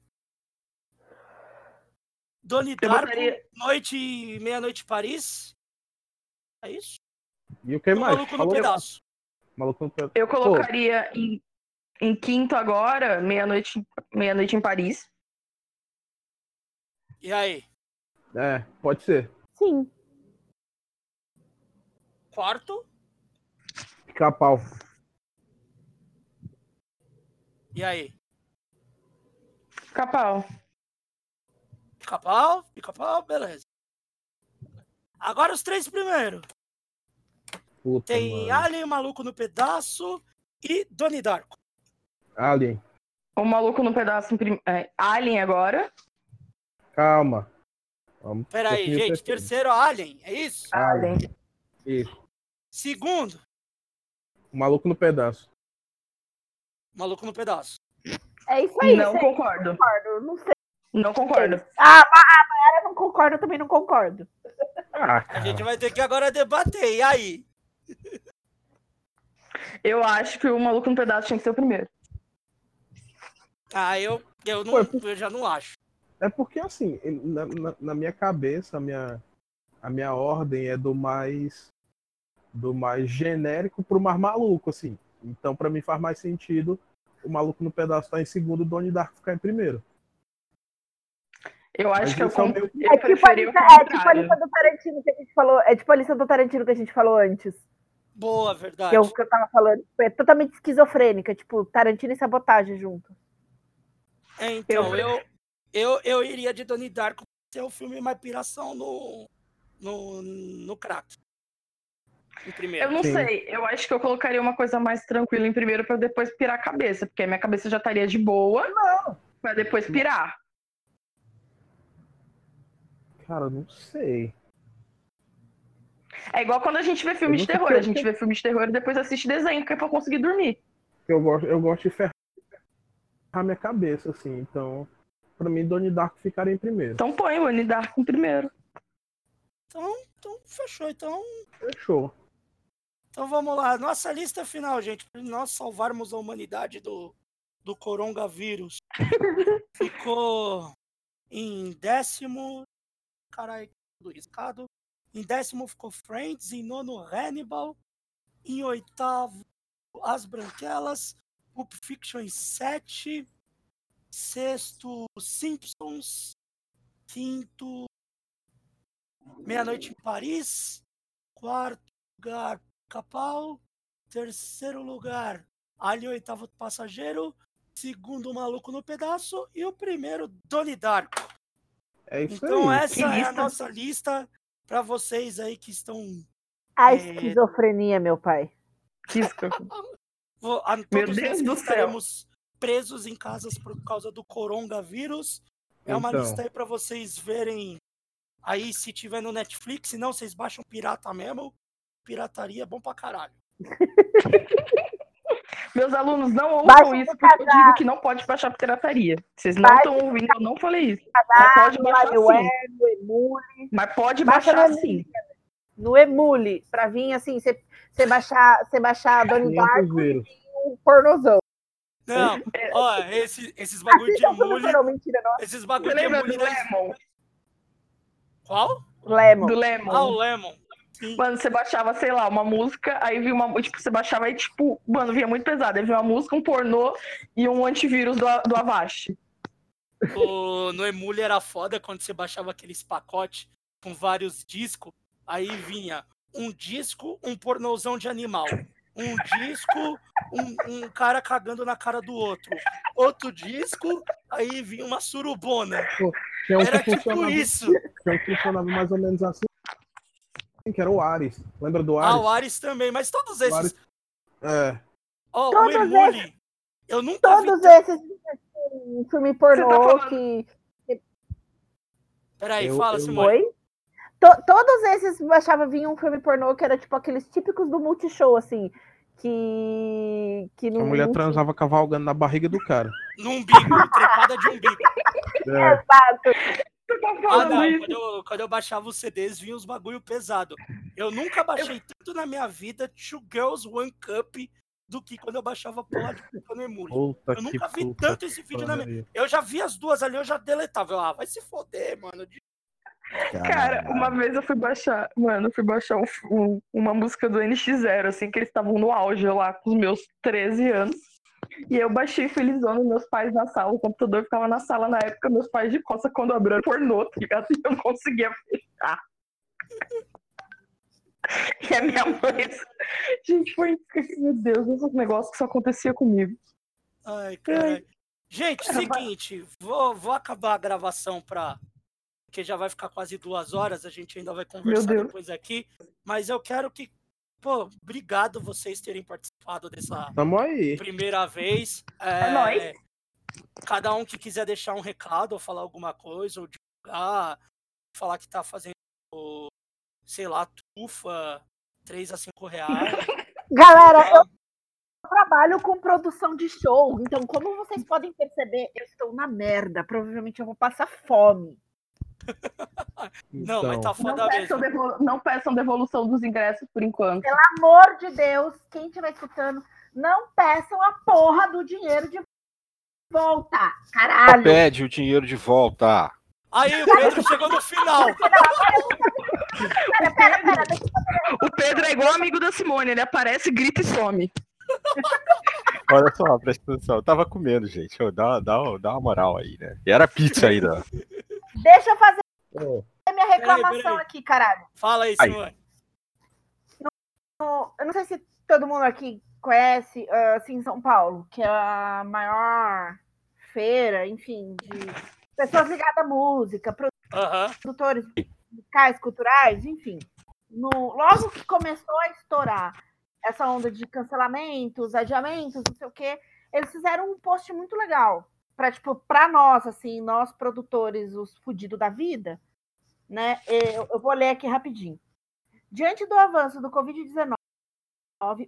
A: Donnie
C: Eu
A: Darko,
C: botaria-
A: Noite e Meia-Noite em Paris. É isso?
D: E o que
A: E o
D: mais?
A: Maluco no
D: Falou?
A: Pedaço.
D: Maluco no pedaço.
C: Eu colocaria em, em quinto agora, meia-noite meia -noite em Paris.
A: E aí?
D: É, pode ser.
B: Sim.
A: Quarto.
D: Pica-pau.
A: E aí?
C: Capal.
A: Pica-Pau, Pica-Pau, beleza. Agora os três primeiros:
D: Puta,
A: tem
D: mano.
A: Alien, Maluco no Pedaço e Donnie Darko.
D: Alien.
C: O maluco no pedaço em prim- é, Alien agora.
D: Calma. Vamos
A: Pera aí,
D: definir o
A: gente. Terceiro, Alien. É isso?
D: Alien. Isso.
A: Segundo.
D: O Maluco no pedaço.
A: Maluco no pedaço.
B: É isso aí.
C: não
B: gente.
C: concordo.
B: Concordo. Não sei.
C: Não concordo.
B: Ah, a Mayara não concorda, eu também não concordo.
D: Ah,
A: A
D: cara.
A: gente vai ter que agora debater. E aí?
C: Eu acho que o maluco no pedaço tinha que ser o primeiro.
A: Ah, eu, eu, não, eu já não acho.
D: É porque assim, ele- na, na- na minha cabeça, a minha, a minha ordem é do mais do mais genérico pro mais maluco, assim. Então, pra mim faz mais sentido o maluco no pedaço tá em segundo, o Donnie Darko ficar em primeiro.
C: Eu acho
D: Mas
C: que eu,
D: isso é o
C: con-
B: É
D: meu-
C: eu
B: tipo, a
C: preferia o
B: lista, é tipo a
C: contrário.
B: lista do Tarantino que a gente falou. É tipo a lista do Tarantino que a gente falou antes.
A: Boa, verdade.
B: Que eu, que eu tava falando. É totalmente esquizofrênica. Tipo, Tarantino e sabotagem junto.
A: É, então, eu, eu, eu iria de Donnie Darko ser o filme mais piração no, no, no crack. No
C: Eu
A: primeiro.
C: não
D: Sim.
C: sei, eu acho que eu colocaria uma coisa mais tranquila em primeiro pra depois pirar a cabeça, porque a minha cabeça já estaria de boa. Não. Pra depois pirar.
D: Cara, eu não sei.
C: É igual quando a gente vê
D: Eu
C: filme de
D: nunca assim.
C: terror. A
D: coloquei-
C: gente vê filme de terror e depois assiste desenho, que é pra conseguir dormir.
D: Eu gosto, eu gosto de ferrar a minha cabeça, assim. Então, pra mim, Donnie Darko ficaria em primeiro.
C: Então põe o Anidar com primeiro.
A: Então, então, fechou. Então,
D: Fechou.
A: então vamos lá. Nossa lista final, gente. Pra nós salvarmos a humanidade do, do coronavírus. Ficou em décimo. Caralho, tudo riscado. Em décimo ficou Friends, em nono Hannibal, em oitavo As Branquelas, Pulp Fiction em sete, sexto Simpsons, quinto Meia-Noite em Paris, quarto lugar Capau, terceiro lugar Alien Oitavo Passageiro, segundo Maluco no Pedaço e o primeiro Donnie Darko.
G: É isso
A: Então
G: aí.
A: essa
C: Que
A: é a
C: lista.
A: nossa lista para vocês aí que estão
B: A
A: É.
B: esquizofrenia, meu pai.
C: Cisco.
A: Vo- a- todos
C: Meu
A: nós
C: Deus
A: que
C: do céu.
A: estaremos presos em casas por causa do coronavírus. É uma
G: Então.
A: lista aí pra vocês verem aí se tiver no Netflix, se não, vocês baixam pirata mesmo. Pirataria é bom pra caralho.
C: Meus alunos não ouçam
B: Baixa
C: isso,
B: o
C: porque eu
B: casaco.
C: digo que não pode baixar pirataria. Vocês não
B: Baixa
C: estão ouvindo, eu não falei isso. Mas pode baixar
B: Live
C: sim.
B: web, no Emule.
C: Mas pode
B: Baixa
C: baixar assim.
B: na
C: sim.
B: No Emule, pra vir assim, você baixar, você baixar
C: É,
B: Donnie
C: né?
B: Darko
G: 500 euros.
B: e um pornozão.
A: Não,
C: É.
A: ó, esse- esses bagulho de
B: Assistam tudo
A: mule.
B: pornô, mentira, não.
A: Esses
C: Você
A: bagulho de
C: lembra
A: mule.
C: do
A: né?
C: Lemon?
A: Qual?
B: Lemon.
C: Do
A: Ah, o
C: Lemon.
A: Lemon. Sim.
C: Mano, você baixava, sei lá, uma música, aí vinha uma. Tipo, você baixava aí, tipo, mano, vinha muito pesado. Aí vinha uma música, um pornô e um antivírus do, do Avast.
A: O- no Emule era foda quando você baixava aqueles pacotes com vários discos. Aí vinha um disco, um pornozão de animal. Um disco, um, um cara cagando na cara do outro. Outro disco, aí vinha uma surubona.
G: Tinha um
A: Era
G: que
A: tipo
G: funcionava,
A: isso.
D: Então,
G: tinha um que funcionava mais ou menos assim, que era o Ares. Lembra do
A: Ah,
G: Ares?
A: o Ares também, mas todos
G: O Ares-
A: esses.
G: É.
A: Ó, o
B: Todos
A: Emule. Eu nunca vi.
B: Todos esses assim, filme
C: Você tá
B: pornô
C: falando-
B: que
A: Peraí,
G: Eu-
A: fala,
G: eu-
A: Simone.
B: foi. To- todos esses baixava vinha um filme pornô que era tipo aqueles típicos do Multishow, assim. Que. Que
G: A
B: não.
G: mulher transava cavalgando na barriga do cara.
A: No umbigo, trepada de um umbigo.
G: É,
C: Você tá
A: Ah,
C: falando
A: não.
C: isso?
A: Quando eu, quando eu baixava os CDs, vinha uns bagulho pesado. Eu nunca baixei tanto na minha vida Two Girls One Cup do que quando eu baixava porra de puta no Emule.
G: puta
A: Eu
G: que
A: nunca vi
G: puta
A: tanto esse vídeo na minha Eu já vi as duas ali, eu já deletava. Eu, ah, vai se foder, mano. De-
C: Cara, uma vez eu fui baixar, mano, eu fui baixar um- um- uma música do NX0, assim, que eles estavam no auge eu lá com os meus 13 anos. E eu baixei felizona meus pais na sala, o computador ficava na sala na época, meus pais de costa quando abriram pornô, tá ligado? E eu não conseguia fechar. E a minha mãe. Gente, foi. Meu Deus, esse negócio que só acontecia comigo.
A: Ai, caralho. Gente, seguinte, vou, vou acabar a gravação pra. Porque já vai ficar quase duas horas, a gente ainda vai conversar
C: Deus.
A: depois aqui. Mas eu quero que. Pô, obrigado vocês terem participado dessa
G: Tamo aí.
A: primeira vez.
C: É nóis.
A: Cada um que quiser deixar um recado ou falar alguma coisa, ou divulgar, falar que tá fazendo, sei lá, tufa, 3 a 5 reais.
B: Galera, eu trabalho com produção de show, então, como vocês podem perceber, eu estou na merda. Provavelmente eu vou passar fome.
A: Não, mas
G: Então,
A: tá
C: Não
A: foda mesmo.
C: peçam, devolu- não peçam devolução dos ingressos por enquanto.
B: amor de Deus, quem estiver escutando, não peçam a porra do dinheiro de volta.
A: ah,
B: Caralho.
H: Pede o dinheiro de volta.
A: Aí o Pedro chegou no final.
B: Pera, pera, pera. deixa-
C: O Pedro é igual amigo da Simone, ele aparece, grita e some.
H: Olha só, presta atenção. Eu tava comendo, gente. Ô, dá, dá, dá uma moral aí, né? E era pizza ainda.
B: Deixa eu fazer
G: pô,
B: minha reclamação
A: peraí.
B: aqui, caralho.
A: Fala aí,
H: Aí.
A: Simone.
B: Eu não sei se todo mundo aqui conhece, ah, assim, em São Paulo, que é a maior feira, enfim, de pessoas ligadas à música,
A: Aham.
B: produtores musicais, culturais, enfim. No, logo que começou a estourar essa onda de cancelamentos, adiamentos, não sei o quê, eles fizeram um post muito legal para tipo para nós assim, nós produtores, os fudidos da vida, né? Eu, eu vou ler aqui rapidinho. Diante do avanço do COVID-19,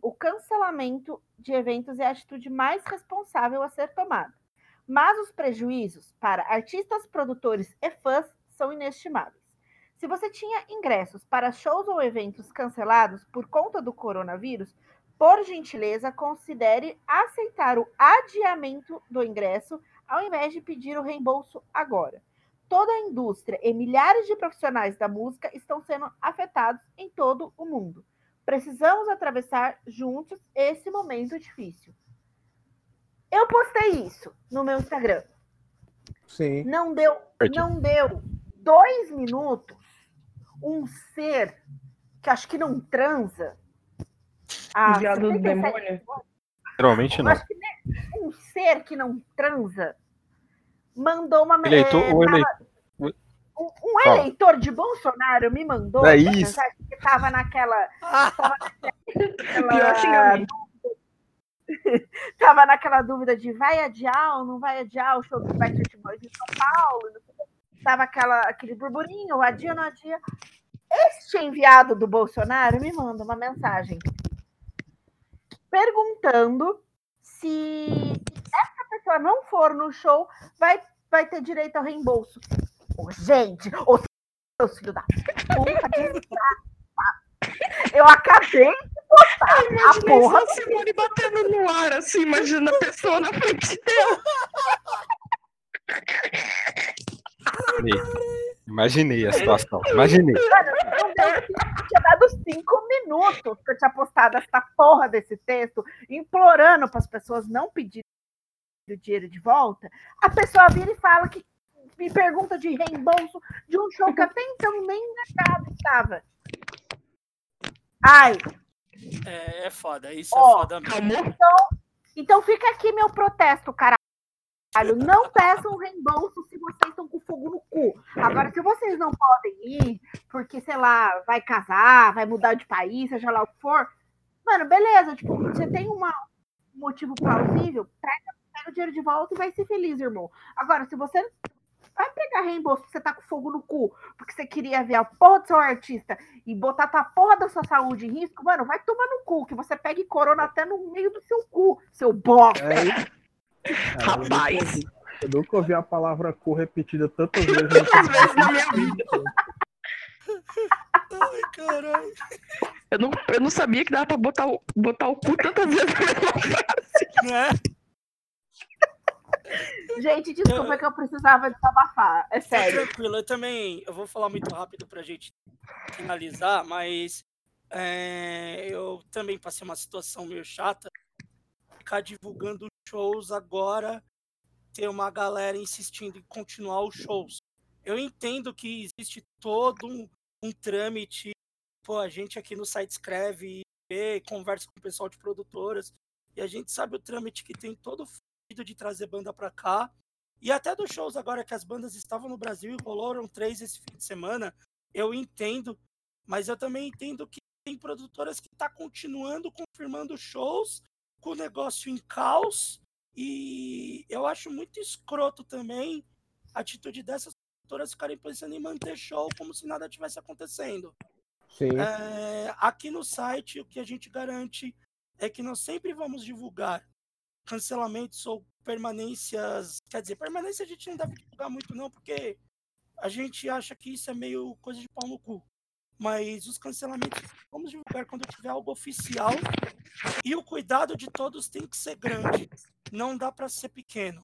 B: o cancelamento de eventos é a atitude mais responsável a ser tomada mas os prejuízos para artistas, produtores e fãs são inestimáveis. Se você tinha ingressos para shows ou eventos cancelados por conta do coronavírus, por gentileza, considere aceitar o adiamento do ingresso ao invés de pedir o reembolso agora. toda a indústria e milhares de profissionais da música estão sendo afetados em todo o mundo. Precisamos atravessar juntos esse momento difícil. Eu postei isso no meu Instagram.
D: Sim.
B: Não deu,
H: Certo.
B: não deu dois minutos. Um ser que acho que não transa. Ah, há
C: Enviado do
B: 77
C: demônio.
H: Geralmente
B: eu
H: não.
B: acho que nem um ser que não transa mandou uma
H: Eleitor
B: é,
H: ou
B: tava-
H: eleitor?
B: um, um
H: Fala.
B: eleitor de Bolsonaro me mandou
H: É
B: uma
H: isso.
B: mensagem que estava naquela
C: Pior xingamento.
B: tava naquela dúvida de vai adiar ou não vai adiar o show do Backstreet Boys em São Paulo não sei o quê. tava aquela, aquele burburinho adia ou não adia este enviado do Bolsonaro me manda uma mensagem perguntando se essa pessoa não for no show vai, vai ter direito ao reembolso Ô, gente, ô seus filhos da puta desgraça. eu acabei
C: Imagina
B: A porra.
C: isso, a Simone batendo no ar, assim, imagina a pessoa na frente dela.
H: Imaginei. Imaginei a situação. Imaginei.
B: Não deu tempo, tinha dado cinco minutos que eu tinha postado essa porra desse texto, implorando para as pessoas não pedirem o dinheiro de volta. A pessoa vira e fala que me pergunta de reembolso de um show que até então nem negado estava. Ai,
A: É, é foda, isso
B: Ó,
A: é foda mesmo.
C: Calmou?
B: então fica aqui meu protesto, caralho. Não peçam reembolso se vocês estão com fogo no cu. Agora, se vocês não podem ir, porque, sei lá, vai casar, vai mudar de país, seja lá o que for, mano, beleza, tipo, você tem uma- um motivo plausível, pega, pega o dinheiro de volta e vai ser feliz, irmão. Agora, se você vai pegar reembolso porque você tá com fogo no cu, porque você queria ver a porra do seu artista e botar tua porra da sua saúde em risco, mano, vai tomar no cu, que você pegue corona até no meio do seu cu, seu bosta.
D: É isso. Cara, eu nunca-
C: Rapaz,
D: Eu nunca ouvi a palavra cu repetida tantas vezes.
C: muitas vezes na minha vida.
A: Ai, caralho.
C: Eu não, eu não sabia que dava pra botar o, botar o cu tantas vezes na mesma frase.
A: Né?
B: Gente, desculpa que eu precisava desabafar, é
A: Tá
B: sério.
A: tranquilo, eu também. Eu vou falar muito rápido pra gente finalizar, mas é, eu também passei uma situação meio chata. Ficar divulgando shows agora, ter uma galera insistindo em continuar os shows. Eu entendo que existe todo um, um trâmite. Pô, a gente aqui no site escreve, vê, conversa com o pessoal de produtoras, e a gente sabe o trâmite que tem todo o de trazer banda pra cá. E até dos shows agora que as bandas estavam no Brasil e rolaram três esse fim de semana, eu entendo, mas eu também entendo que tem produtoras que tá continuando confirmando shows com o negócio em caos e eu acho muito escroto também a atitude dessas produtoras ficarem pensando em manter show como se nada tivesse acontecendo.
D: Sim.
A: É, aqui no site, o que a gente garante é que nós sempre vamos divulgar cancelamentos ou permanências. Quer dizer, permanência a gente não deve divulgar muito, não, porque a gente acha que isso é meio coisa de pau no cu. Mas os cancelamentos vamos divulgar quando tiver algo oficial. E o cuidado de todos tem que ser grande. Não dá para ser pequeno.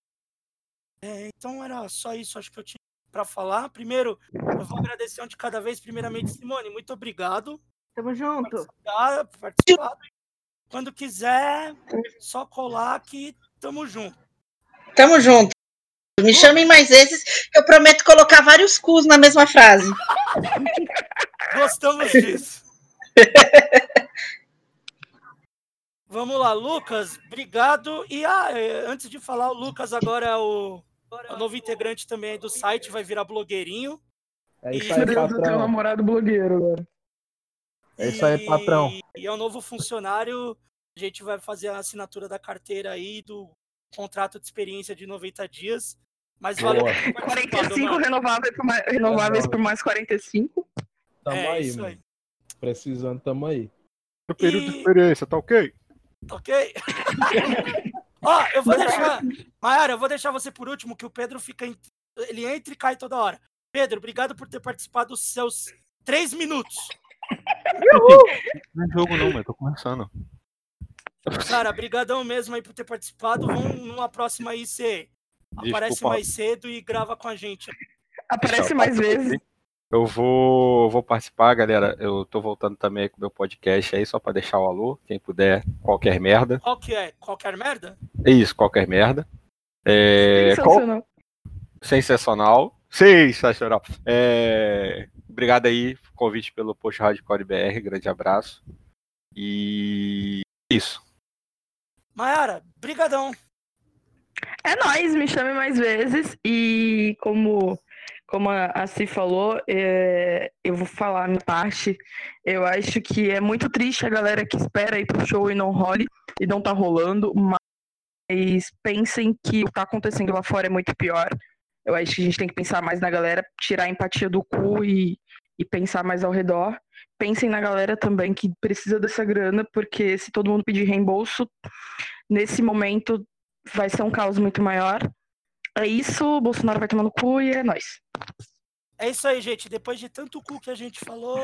A: É, então era só isso, acho que eu tinha para falar. Primeiro, eu vou agradecer um de cada vez. Primeiramente, Simone, muito obrigado
B: Tamo junto.
A: por participar. por participar. Quando quiser, só colar que tamo junto.
E: Tamo junto.
B: Uhum.
E: Me chamem mais vezes, que eu prometo colocar vários cus na mesma frase.
A: Gostamos disso. Vamos lá, Lucas, obrigado. E ah, é, antes de falar, o Lucas agora é o, é o novo integrante também aí do site, vai virar blogueirinho.
D: É isso
A: Meu
C: Meu
D: aí,
C: Deus, eu tenho um
D: patrão.
C: namorado blogueiro agora.
D: É isso aí, patrão.
A: E é o novo funcionário. A gente vai fazer a assinatura da carteira aí, do contrato de experiência de 90 dias. Mas valeu.
D: Boa.
A: por ter participado,
C: 45
A: mano.
C: renováveis por mais, renováveis por mais 45.
D: Tamo
A: É
D: aí,
A: isso
D: mano.
A: aí.
D: Precisando, tamo aí.
H: O período de
A: E-
H: experiência, tá ok?
A: Ok? Ó, eu vou deixar. Mayara, eu vou deixar você por último, que o Pedro fica. em- Ele entra e cai toda hora. Pedro, obrigado por ter participado dos seus três minutos.
H: Não é jogo não, mano. Tô começando.
A: Cara, brigadão mesmo aí por ter participado. Vamos numa próxima aí, você aparece
H: Desculpa.
A: mais cedo e grava com a gente.
H: é
C: Aparece mais vezes.
H: Eu vou, vou participar, galera. Eu tô voltando também com o meu podcast aí, só pra deixar o alô. Quem puder, qualquer merda.
A: Qual que é? Qualquer merda?
H: É isso, qualquer merda. É, qual-
C: Sensacional.
H: sensacional. Sensacional. É, obrigado aí, convite pelo Post Hardcore BR. Grande abraço. E é isso.
A: Mayara, brigadão.
C: É nóis, me chame mais vezes. E como, como a a Si falou, é, eu vou falar a minha parte. Eu acho que é muito triste a galera que espera ir pro show e não role, e não tá rolando, mas pensem que o que tá acontecendo lá fora é muito pior. Eu acho que a gente tem que pensar mais na galera, tirar a empatia do cu e, e pensar mais ao redor. Pensem na galera também que precisa dessa grana, porque se todo mundo pedir reembolso, nesse momento vai ser um caos muito maior. É isso, Bolsonaro vai tomar no cu e é nóis.
A: É isso aí, gente. Depois de tanto cu que a gente falou,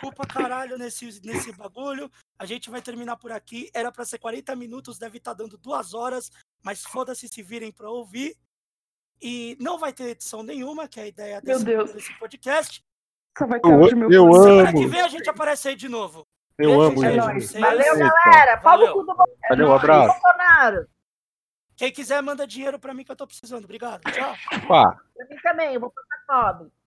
A: culpa caralho nesse, nesse bagulho, a gente vai terminar por aqui. Era pra ser 40 minutos, deve estar dando duas horas, mas foda-se se virem pra ouvir. E não vai ter edição nenhuma, que é a ideia
C: Meu
A: desse,
C: Deus.
A: desse podcast.
C: Só vai
H: Eu-
C: caos de meu
H: eu
C: cu.
H: amo.
A: Semana que vem a gente aparece aí de novo.
H: Eu
A: Beijo,
H: amo,
A: gente.
H: gente.
A: É nóis.
H: Vocês.
B: Valeu,
H: Eita.
B: galera. Fala
A: Valeu.
B: o cu do
H: Valeu, um abraço.
B: Bolsonaro.
A: Quem quiser, manda dinheiro pra mim que eu tô precisando. Obrigado. Tchau.
H: Pá.
B: Pra mim também, eu vou passar fome.